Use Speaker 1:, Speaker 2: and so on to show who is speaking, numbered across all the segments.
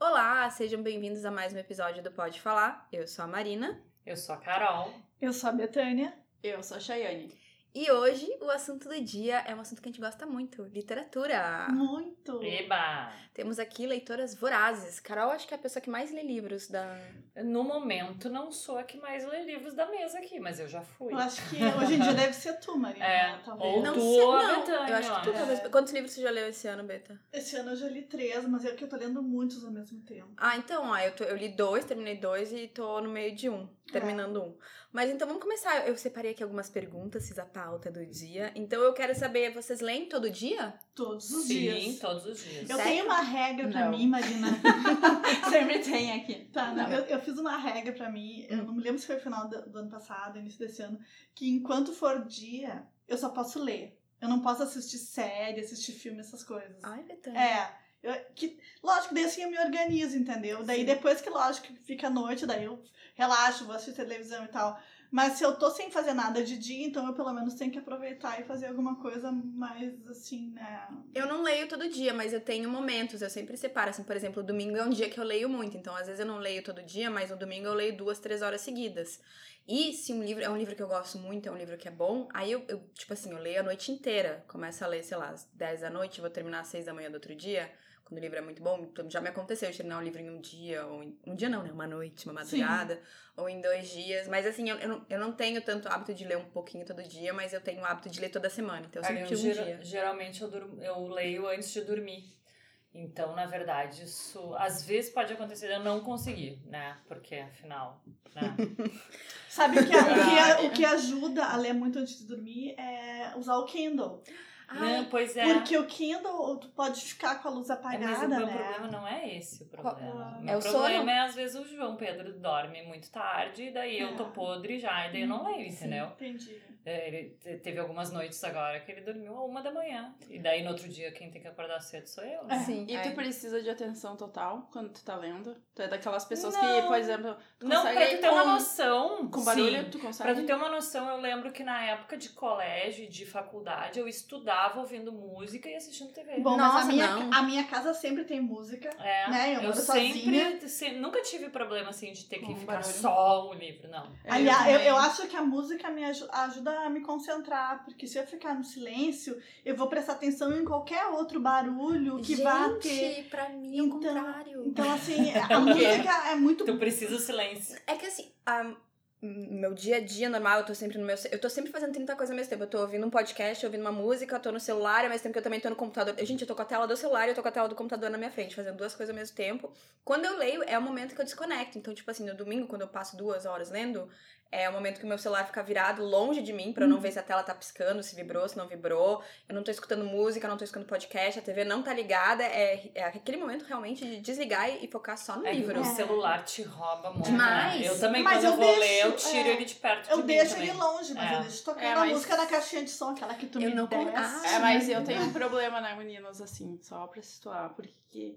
Speaker 1: Olá, sejam bem-vindos a mais um episódio do Pode Falar. Eu sou a Marina.
Speaker 2: Eu sou a Carol.
Speaker 3: Eu sou a Betânia.
Speaker 4: Eu sou a Chayane.
Speaker 1: E hoje o assunto do dia é um assunto que a gente gosta muito: literatura.
Speaker 3: Muito!
Speaker 2: Eba!
Speaker 1: Temos aqui leitoras vorazes. Carol, acho que é a pessoa que mais lê livros da.
Speaker 2: No momento, não sou a que mais lê livros da mesa aqui, mas eu já fui.
Speaker 3: Eu acho que hoje em dia deve ser tu, Marina.
Speaker 2: É,
Speaker 3: talvez.
Speaker 2: ou
Speaker 1: Não
Speaker 2: tu
Speaker 1: sei,
Speaker 2: ou a
Speaker 1: não.
Speaker 2: Betânia.
Speaker 1: Eu acho que tu
Speaker 2: ó.
Speaker 4: É.
Speaker 1: talvez. Quantos livros você já leu esse ano, Beta?
Speaker 3: Esse ano eu já li três, mas é que eu tô lendo muitos ao mesmo tempo.
Speaker 1: Ah, então, ó, eu, tô- eu li dois, terminei dois e tô no meio de um, terminando um. Mas então vamos começar. Eu separei aqui algumas perguntas, fiz a pauta do dia. Então eu quero saber, vocês leem todo dia?
Speaker 3: Todos os
Speaker 2: Sim, então,
Speaker 3: dias.
Speaker 2: todos os dias.
Speaker 3: Eu
Speaker 1: Sério?
Speaker 3: tenho uma regra pra
Speaker 4: Não.
Speaker 3: mim, Marina.
Speaker 4: Sempre tem aqui.
Speaker 3: Tá, não,
Speaker 4: Não.
Speaker 3: eu, eu fiz uma regra pra mim, eu não me lembro se foi final do, do ano passado, início desse ano, que enquanto for dia, eu só posso ler. Eu não posso assistir série, assistir filme, essas coisas.
Speaker 1: Ai, Betânia.
Speaker 2: Uhum.
Speaker 3: É. eu- que, lógico, daí assim eu me organizo, entendeu? Daí
Speaker 1: Sim.
Speaker 3: depois que, lógico, que fica a noite, daí eu relaxo, vou assistir televisão e tal. Mas se eu tô sem fazer nada de dia, então eu pelo menos tenho que aproveitar e fazer alguma coisa mais assim, né?
Speaker 1: Eu não leio todo dia, mas eu tenho momentos, eu sempre separo. Assim, por exemplo, o domingo é um dia que eu leio muito, então às vezes eu não leio todo dia, mas no domingo eu leio duas, três horas seguidas. E se um livro é um livro que eu gosto muito, é um livro que é bom, aí eu, eu, tipo assim, eu leio a noite inteira. Começo a ler, sei lá, às 10 da noite, vou terminar às 6 da manhã do outro dia, quando o livro é muito bom. Então, já me aconteceu de terminar um livro em um dia, ou em, um dia não, né? Uma noite, uma
Speaker 3: Sim.
Speaker 1: madrugada, ou em dois dias. Mas assim, eu, eu, não, eu não tenho tanto hábito de ler um pouquinho todo dia, mas eu tenho o hábito de ler toda semana. Então eu
Speaker 2: Ah,
Speaker 1: sempre
Speaker 2: eu
Speaker 1: tiro um
Speaker 2: gera-
Speaker 1: dia.
Speaker 2: Geralmente eu, durmo- eu leio antes de dormir. Então, na verdade, isso às vezes pode acontecer de eu não conseguir, né? Porque afinal, né?
Speaker 3: Sabe o que, o, que a- o que ajuda a ler muito antes de dormir é usar o Kindle.
Speaker 1: Ah,
Speaker 2: Não, pois é.
Speaker 3: Porque o Kindle, tu pode ficar com a luz
Speaker 2: É,
Speaker 3: apagada,
Speaker 2: mas o meu
Speaker 3: né?
Speaker 2: problema não é esse o problema.
Speaker 3: Qual-
Speaker 2: O meu
Speaker 1: É o
Speaker 2: problema
Speaker 1: sono?
Speaker 2: é, às vezes, o João Pedro dorme muito tarde, e daí eu tô
Speaker 3: Ah.
Speaker 2: podre já, e daí eu não leio, entendeu?
Speaker 3: Entendi.
Speaker 2: É, Ele te- teve algumas noites agora que ele dormiu a uma da manhã. E daí no outro dia quem tem que acordar cedo sou eu, né?
Speaker 1: Sim,
Speaker 4: E
Speaker 1: é.
Speaker 4: tu precisa de atenção total quando tu tá lendo? Tu é daquelas pessoas
Speaker 2: Não.
Speaker 4: que, por exemplo, tu
Speaker 2: Não,
Speaker 4: consegue
Speaker 2: pra tu ter uma
Speaker 4: com-
Speaker 2: noção.
Speaker 4: com barulho,
Speaker 2: sim.
Speaker 4: tu
Speaker 2: Pra
Speaker 4: consegue.
Speaker 2: tu ter uma noção, eu lembro que na época de colégio e de faculdade eu estudava ouvindo música e assistindo TV.
Speaker 3: Bom, mas
Speaker 1: Nossa,
Speaker 3: a minha,
Speaker 1: não.
Speaker 3: a minha casa sempre tem música.
Speaker 2: é,
Speaker 3: né, eu
Speaker 2: eu
Speaker 3: moro
Speaker 2: sempre,
Speaker 3: sozinha.
Speaker 2: se- nunca tive problema assim de ter que
Speaker 4: Com
Speaker 2: ficar
Speaker 4: barulho.
Speaker 2: só o livro, não.
Speaker 4: É,
Speaker 3: Aliás, eu,
Speaker 4: também.
Speaker 3: eu acho que a música me aju- ajuda a me concentrar, porque se eu ficar no silêncio, eu vou prestar atenção em qualquer outro barulho que vá ter.
Speaker 1: pra mim
Speaker 3: é o Então-
Speaker 1: contrário.
Speaker 3: Então, assim, a música é muito.
Speaker 2: Tu precisa o silêncio.
Speaker 1: É que assim, a- meu dia a dia normal, eu tô sempre no meu. ce- Eu tô sempre fazendo 30 coisas ao mesmo tempo. Eu tô ouvindo um podcast, ouvindo uma música, eu tô no celular, ao mesmo tempo que eu também tô no computador. Eu, Gente, eu tô com a tela do celular e eu tô com a tela do computador na minha frente, fazendo duas coisas ao mesmo tempo. Quando eu leio, é o momento que eu desconecto. Então, tipo assim, no domingo, quando eu passo duas horas lendo, é o momento que o meu celular fica virado longe de mim
Speaker 2: Uhum.
Speaker 1: pra eu não ver se a tela tá piscando, se vibrou, se não vibrou. Eu não tô escutando música, eu não tô escutando podcast, a TV não tá ligada. É, é aquele momento realmente de desligar e, e focar só
Speaker 3: Um
Speaker 1: no
Speaker 2: É que
Speaker 1: livro.
Speaker 2: o celular te rouba muito.
Speaker 1: Demais.
Speaker 2: né? Eu também,
Speaker 3: Mas
Speaker 2: quando
Speaker 3: eu
Speaker 2: eu vou
Speaker 3: deixo,
Speaker 2: ler, eu tiro
Speaker 3: é.
Speaker 2: ele de perto de
Speaker 3: Eu
Speaker 2: mim
Speaker 3: deixo
Speaker 2: também.
Speaker 3: ele longe, mas
Speaker 2: É.
Speaker 3: eu deixo tocando
Speaker 4: né? É,
Speaker 3: a
Speaker 4: mas-
Speaker 3: música da caixinha de som, aquela que tu
Speaker 1: Eu
Speaker 3: me
Speaker 1: não con-
Speaker 3: desce.
Speaker 1: Ah,
Speaker 4: É, mas eu tenho um problema, né, meninas, assim, só pra situar, porque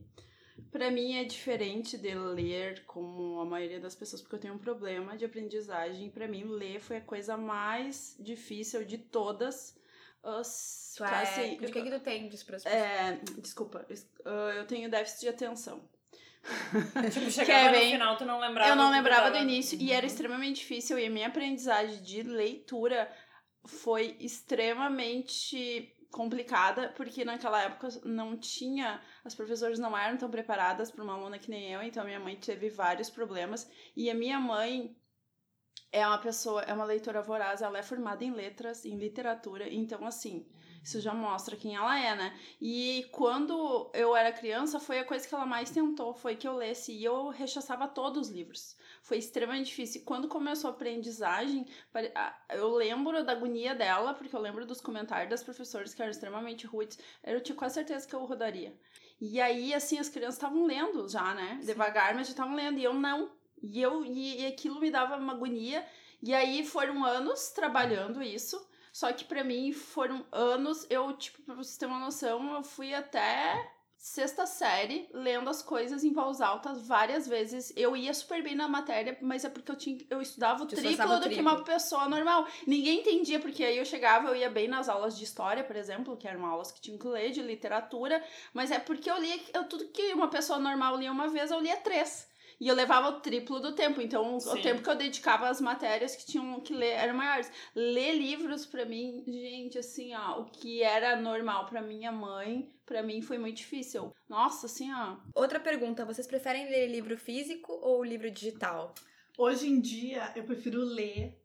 Speaker 4: pra mim é diferente de ler como a maioria das pessoas, porque eu tenho um problema de aprendizagem. Pra mim, ler foi a coisa mais difícil de todas. As,
Speaker 1: Tu é-
Speaker 4: assim,
Speaker 1: de que que tu tem de expressão?
Speaker 4: é, desculpa, es- ah, eu tenho déficit de atenção.
Speaker 2: Tipo,
Speaker 4: Que
Speaker 2: chegava
Speaker 4: é
Speaker 2: no
Speaker 4: bem-
Speaker 2: final, tu não lembrava.
Speaker 4: eu não
Speaker 2: o que tu
Speaker 4: lembrava do
Speaker 2: tava-
Speaker 4: início e era extremamente difícil. E a minha aprendizagem de leitura foi extremamente complicada, porque naquela época não tinha, as professoras não eram tão preparadas para uma aluna que nem eu, então minha mãe teve vários problemas. E a minha mãe é uma pessoa, é uma leitora voraz, ela é formada em letras, em literatura, então assim, isso já mostra quem ela é, né? E quando eu era criança, foi a coisa que ela mais tentou, foi que eu lesse, e eu rechaçava todos os livros. Foi extremamente difícil. E Quando começou a aprendizagem, pare- a- eu lembro da agonia dela, porque eu lembro dos comentários das professoras que eram extremamente rudes, eu tinha quase certeza que eu rodaria. E aí, assim, as crianças estavam lendo já, né? Devagar, mas já estavam lendo, e eu não. E, eu, e, e aquilo me dava uma agonia. E aí foram anos trabalhando isso. Só que pra mim foram anos, eu, tipo, pra vocês terem uma noção, eu fui até sexta série, lendo as coisas em voz alta várias vezes. Eu ia super bem na matéria, mas é porque eu, tinha, eu estudava o
Speaker 1: Te
Speaker 4: triplo
Speaker 1: esforçava o
Speaker 4: do que
Speaker 1: triplo.
Speaker 4: uma pessoa normal. Ninguém entendia, porque aí eu chegava, eu ia bem nas aulas de história, por exemplo, que eram aulas que tinha que ler, de literatura, mas é porque eu lia eu, tudo que uma pessoa normal lia uma vez, eu lia três. E eu levava o triplo do tempo, então o
Speaker 2: Sim.
Speaker 4: tempo que eu dedicava às matérias que tinham que ler eram maiores. Ler livros pra mim, gente, assim, ó, o que era normal pra minha mãe, pra mim foi muito difícil. Nossa, assim, ó.
Speaker 1: Outra pergunta, vocês preferem ler livro físico ou livro digital?
Speaker 3: Hoje em dia, eu prefiro ler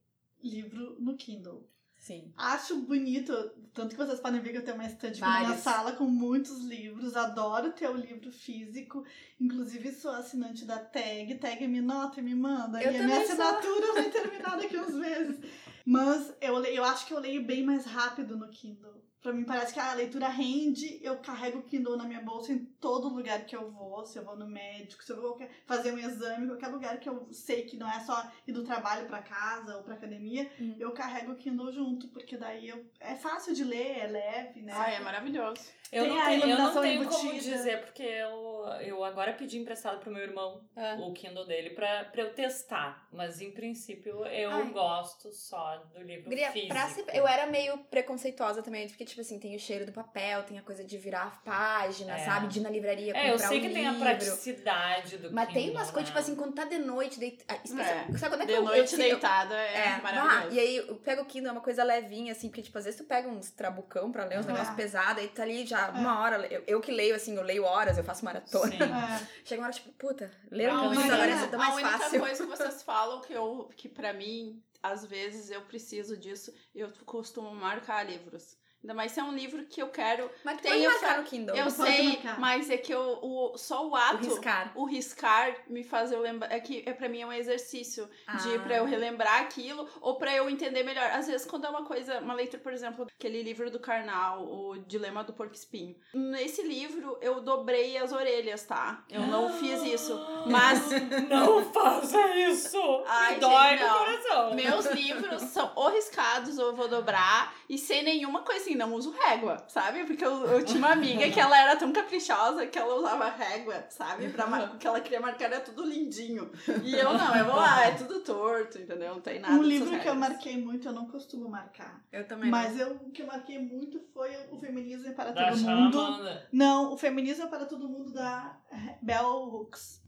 Speaker 3: livro no Kindle.
Speaker 1: Sim.
Speaker 3: Acho bonito, tanto que vocês podem ver que eu tenho uma estante na minha
Speaker 1: Vários.
Speaker 3: sala com muitos livros. Adoro ter o livro físico. Inclusive, sou assinante da Tag. Tag me nota e me manda.
Speaker 1: Eu
Speaker 3: e a minha
Speaker 1: também sou.
Speaker 3: assinatura vai terminar daqui uns meses. Mas eu, le- eu acho que eu leio bem mais rápido no Kindle. Pra mim parece que a leitura rende, eu carrego o Kindle na minha bolsa em todo lugar que eu vou, se eu vou no médico, se eu vou qualquer- fazer um exame, qualquer lugar que eu sei que não é só ir do trabalho pra casa ou pra academia,
Speaker 4: Hum.
Speaker 1: Uhum.
Speaker 3: eu carrego o Kindle junto, porque daí eu, é fácil de ler, é leve, né?
Speaker 4: Ai, é maravilhoso.
Speaker 2: Eu
Speaker 3: Tem
Speaker 2: não
Speaker 3: a
Speaker 2: tenho, eu não
Speaker 3: iluminação
Speaker 2: tenho como
Speaker 3: embutida.
Speaker 2: dizer, porque eu, eu agora pedi emprestado pro meu irmão
Speaker 4: É.
Speaker 1: Ah.
Speaker 2: o Kindle dele pra, pra eu testar. Mas em princípio eu
Speaker 1: Ai.
Speaker 2: gosto só do livro
Speaker 1: Guria,
Speaker 2: físico.
Speaker 1: pra se- eu era meio preconceituosa também, porque, tipo assim, tem o cheiro do papel, tem a coisa de virar a página,
Speaker 2: É.
Speaker 1: sabe? De ir na livraria, comprar
Speaker 2: É, eu sei
Speaker 1: um
Speaker 2: que tem
Speaker 1: livro.
Speaker 2: a praticidade do
Speaker 1: Mas
Speaker 2: Kindle,
Speaker 1: tem umas coisas, tipo
Speaker 2: né?
Speaker 1: assim, quando tá de noite, deita... ah, especial-
Speaker 4: É.
Speaker 1: sabe quando é que
Speaker 4: De
Speaker 1: eu,
Speaker 4: noite
Speaker 1: eu, eu,
Speaker 4: deitada é,
Speaker 1: É, bah,
Speaker 4: maravilhoso.
Speaker 1: e aí eu pego o Kindle, é uma coisa levinha, assim, porque, tipo, às vezes tu pega uns trabucão pra ler, uns
Speaker 3: É.
Speaker 1: negócios pesados, aí tu tá ali já uma hora. Eu, eu que leio, assim, eu leio horas, eu faço maratona.
Speaker 2: Sim.
Speaker 3: É.
Speaker 1: Chega uma hora, tipo, puta, ler
Speaker 2: Ah,
Speaker 1: um
Speaker 2: mas
Speaker 1: livro agora
Speaker 2: é-
Speaker 1: é mais
Speaker 4: a única
Speaker 1: fácil.
Speaker 4: coisa que vocês falam que eu que para mim às vezes eu preciso disso, eu costumo marcar livros. Ainda mais se é um livro que eu quero,
Speaker 1: Mas um tu
Speaker 4: Tem
Speaker 1: pode
Speaker 4: o
Speaker 1: marcar
Speaker 4: fa-
Speaker 1: no Kindle.
Speaker 4: eu
Speaker 3: tu pode
Speaker 4: sei,
Speaker 3: marcar.
Speaker 4: mas é que eu, o, só o
Speaker 1: o
Speaker 4: ato,
Speaker 1: riscar.
Speaker 4: o riscar me faz eu lembrar, é que é para mim é um exercício de
Speaker 1: Ah.
Speaker 4: para eu relembrar aquilo ou para eu entender melhor. Às vezes quando é uma coisa, uma leitura, por exemplo, aquele livro do Karnal, o Dilema do Porco Espinho. Nesse livro eu dobrei as orelhas, tá? Eu não fiz isso, mas
Speaker 2: Não faça isso!
Speaker 4: Ai,
Speaker 2: Me dói
Speaker 4: gente,
Speaker 2: no
Speaker 4: não.
Speaker 2: coração!
Speaker 4: Meus livros são ou riscados ou eu vou dobrar e sem nenhuma coisa assim, não uso régua, sabe? Porque eu, eu tinha uma amiga que ela era tão caprichosa que ela usava régua, sabe? Pra mar... que ela queria marcar era tudo lindinho. E eu não, eu vou lá, é tudo torto, entendeu? Não tem nada.
Speaker 3: Um
Speaker 4: dessas
Speaker 3: livro que eu
Speaker 4: regras.
Speaker 3: marquei muito, eu não costumo marcar.
Speaker 1: Eu também.
Speaker 3: Mas eu, o que eu marquei muito foi o Feminismo é para
Speaker 2: Da
Speaker 3: Todo Mundo.
Speaker 2: Chimamanda.
Speaker 3: Não, o Feminismo é para Todo Mundo da eh, Bell Hooks.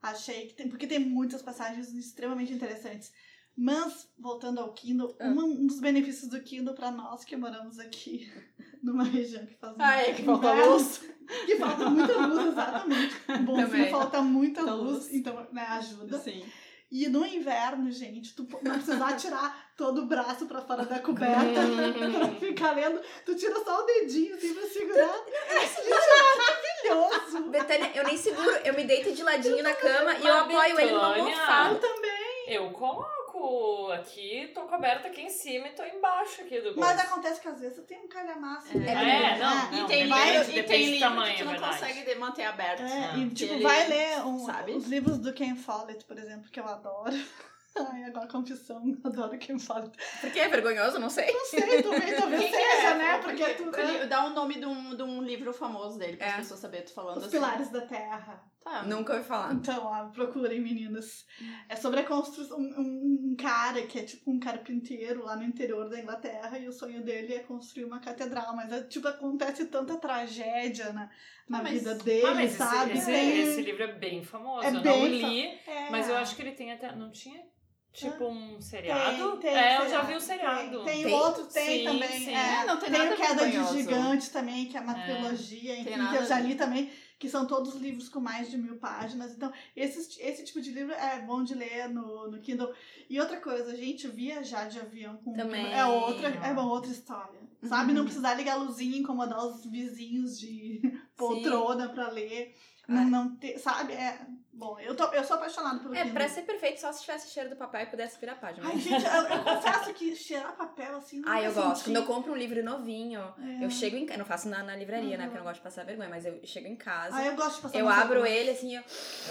Speaker 3: Achei que tem, porque tem muitas passagens extremamente interessantes. Mas, voltando ao Kindle,
Speaker 1: Ah.
Speaker 3: uma- um dos benefícios do Kindle para nós que moramos aqui numa região que faz
Speaker 4: Ah, é
Speaker 3: muito
Speaker 4: que faltou
Speaker 3: inverno,
Speaker 4: luz.
Speaker 3: Que falta muita luz, exatamente. Bom,
Speaker 1: Também.
Speaker 3: falta muita
Speaker 4: Muita
Speaker 3: luz,
Speaker 4: luz.
Speaker 3: então né, ajuda.
Speaker 4: Sim.
Speaker 3: E no inverno, gente, tu não precisar tirar todo o braço pra fora da coberta
Speaker 4: Uhum.
Speaker 3: pra
Speaker 2: Uhum.
Speaker 3: ficar lendo. Tu tira só o dedinho assim pra segurar. Gente, é maravilhoso.
Speaker 1: Betânia, eu nem seguro, eu me deito de ladinho na cama e eu
Speaker 2: Mas,
Speaker 1: apoio ele numa
Speaker 2: Betânia,
Speaker 1: almofada.
Speaker 3: Eu também.
Speaker 2: Eu coloco aqui, tô coberta aqui em cima e tô embaixo aqui do
Speaker 3: Mas
Speaker 2: bolso.
Speaker 3: acontece que às vezes tu tem um calhamaço.
Speaker 1: É,
Speaker 3: né?
Speaker 2: não,
Speaker 4: E
Speaker 2: não,
Speaker 4: tem
Speaker 3: vai-
Speaker 4: livro,
Speaker 2: depende
Speaker 4: e tem
Speaker 2: do
Speaker 4: livro
Speaker 2: tamanho,
Speaker 4: que tu não
Speaker 2: é verdade.
Speaker 4: consegue de- manter aberto.
Speaker 3: É,
Speaker 2: Ah.
Speaker 3: né? e tipo,
Speaker 4: Ele-
Speaker 3: vai ler um-
Speaker 4: sabe?
Speaker 3: os livros do Ken Follett, por exemplo, que eu adoro. Ai, agora confissão, adoro Ken Follett.
Speaker 1: Porque é vergonhoso, não sei.
Speaker 3: Não sei, também, talvez
Speaker 4: Quem que
Speaker 3: seja,
Speaker 4: é?
Speaker 3: né? Porque tu, né?
Speaker 4: Ele- Dá o nome de um, de um livro famoso dele, pra
Speaker 1: É.
Speaker 4: as pessoas saberem, tu falando
Speaker 3: Os
Speaker 4: assim.
Speaker 3: Pilares da Terra.
Speaker 4: Tá.
Speaker 1: Nunca ouvi falar.
Speaker 3: Então, ó, procurem, meninas. É sobre a construção. Um, um- um cara que é tipo um carpinteiro lá no interior da Inglaterra e o sonho dele é construir uma catedral. Mas, é, tipo, acontece tanta tragédia na, na
Speaker 4: Ah, mas-
Speaker 3: vida dele,
Speaker 2: Ah, mas esse-
Speaker 3: sabe?
Speaker 2: esse,
Speaker 3: Tem-
Speaker 2: esse livro é bem famoso.
Speaker 3: É
Speaker 2: eu não
Speaker 3: bem
Speaker 2: li,
Speaker 3: é.
Speaker 2: mas eu acho que ele tem até. Não tinha? Tipo um seriado?
Speaker 3: tem
Speaker 2: é, eu já
Speaker 3: seriado,
Speaker 2: vi o seriado.
Speaker 3: Tem,
Speaker 1: Tem?
Speaker 3: tem outro, tem
Speaker 2: Sim,
Speaker 3: também.
Speaker 2: sim.
Speaker 3: É,
Speaker 4: É, não tem
Speaker 3: tem
Speaker 4: nada
Speaker 3: o Queda
Speaker 4: vergonhoso.
Speaker 3: de Gigante também, que é uma
Speaker 2: É.
Speaker 3: trilogia, enfim, que
Speaker 4: nada
Speaker 3: eu já
Speaker 4: de-
Speaker 3: li também, que são todos livros com mais de mil páginas. Então, esse, esse tipo de livro é bom de ler no, no Kindle. E outra coisa, gente, viajar de avião com
Speaker 1: Também. Uhum.
Speaker 3: Kindle é outra, é uma outra história. Sabe? Não precisar ligar a luzinha e incomodar os vizinhos de poltrona pra ler. Não,
Speaker 1: É.
Speaker 3: não ter, sabe? É, bom, eu, tô, eu sou apaixonada pelo
Speaker 1: É,
Speaker 3: Kindle.
Speaker 1: pra ser perfeito, só se tivesse cheiro do papel e pudesse virar a página.
Speaker 3: Ai, gente, eu, eu confesso que cheirar papel assim. não
Speaker 1: Ah, eu
Speaker 3: faz
Speaker 1: gosto. Quando
Speaker 3: sentido.
Speaker 1: eu compro um livro novinho,
Speaker 3: É.
Speaker 1: eu chego em casa. Não faço na, na livraria, né?
Speaker 3: Uhum.
Speaker 1: Porque eu não gosto de passar vergonha, mas eu chego em casa,
Speaker 3: Ah, eu gosto de passar
Speaker 1: eu
Speaker 3: no
Speaker 1: abro
Speaker 3: sabor.
Speaker 1: ele assim. Eu...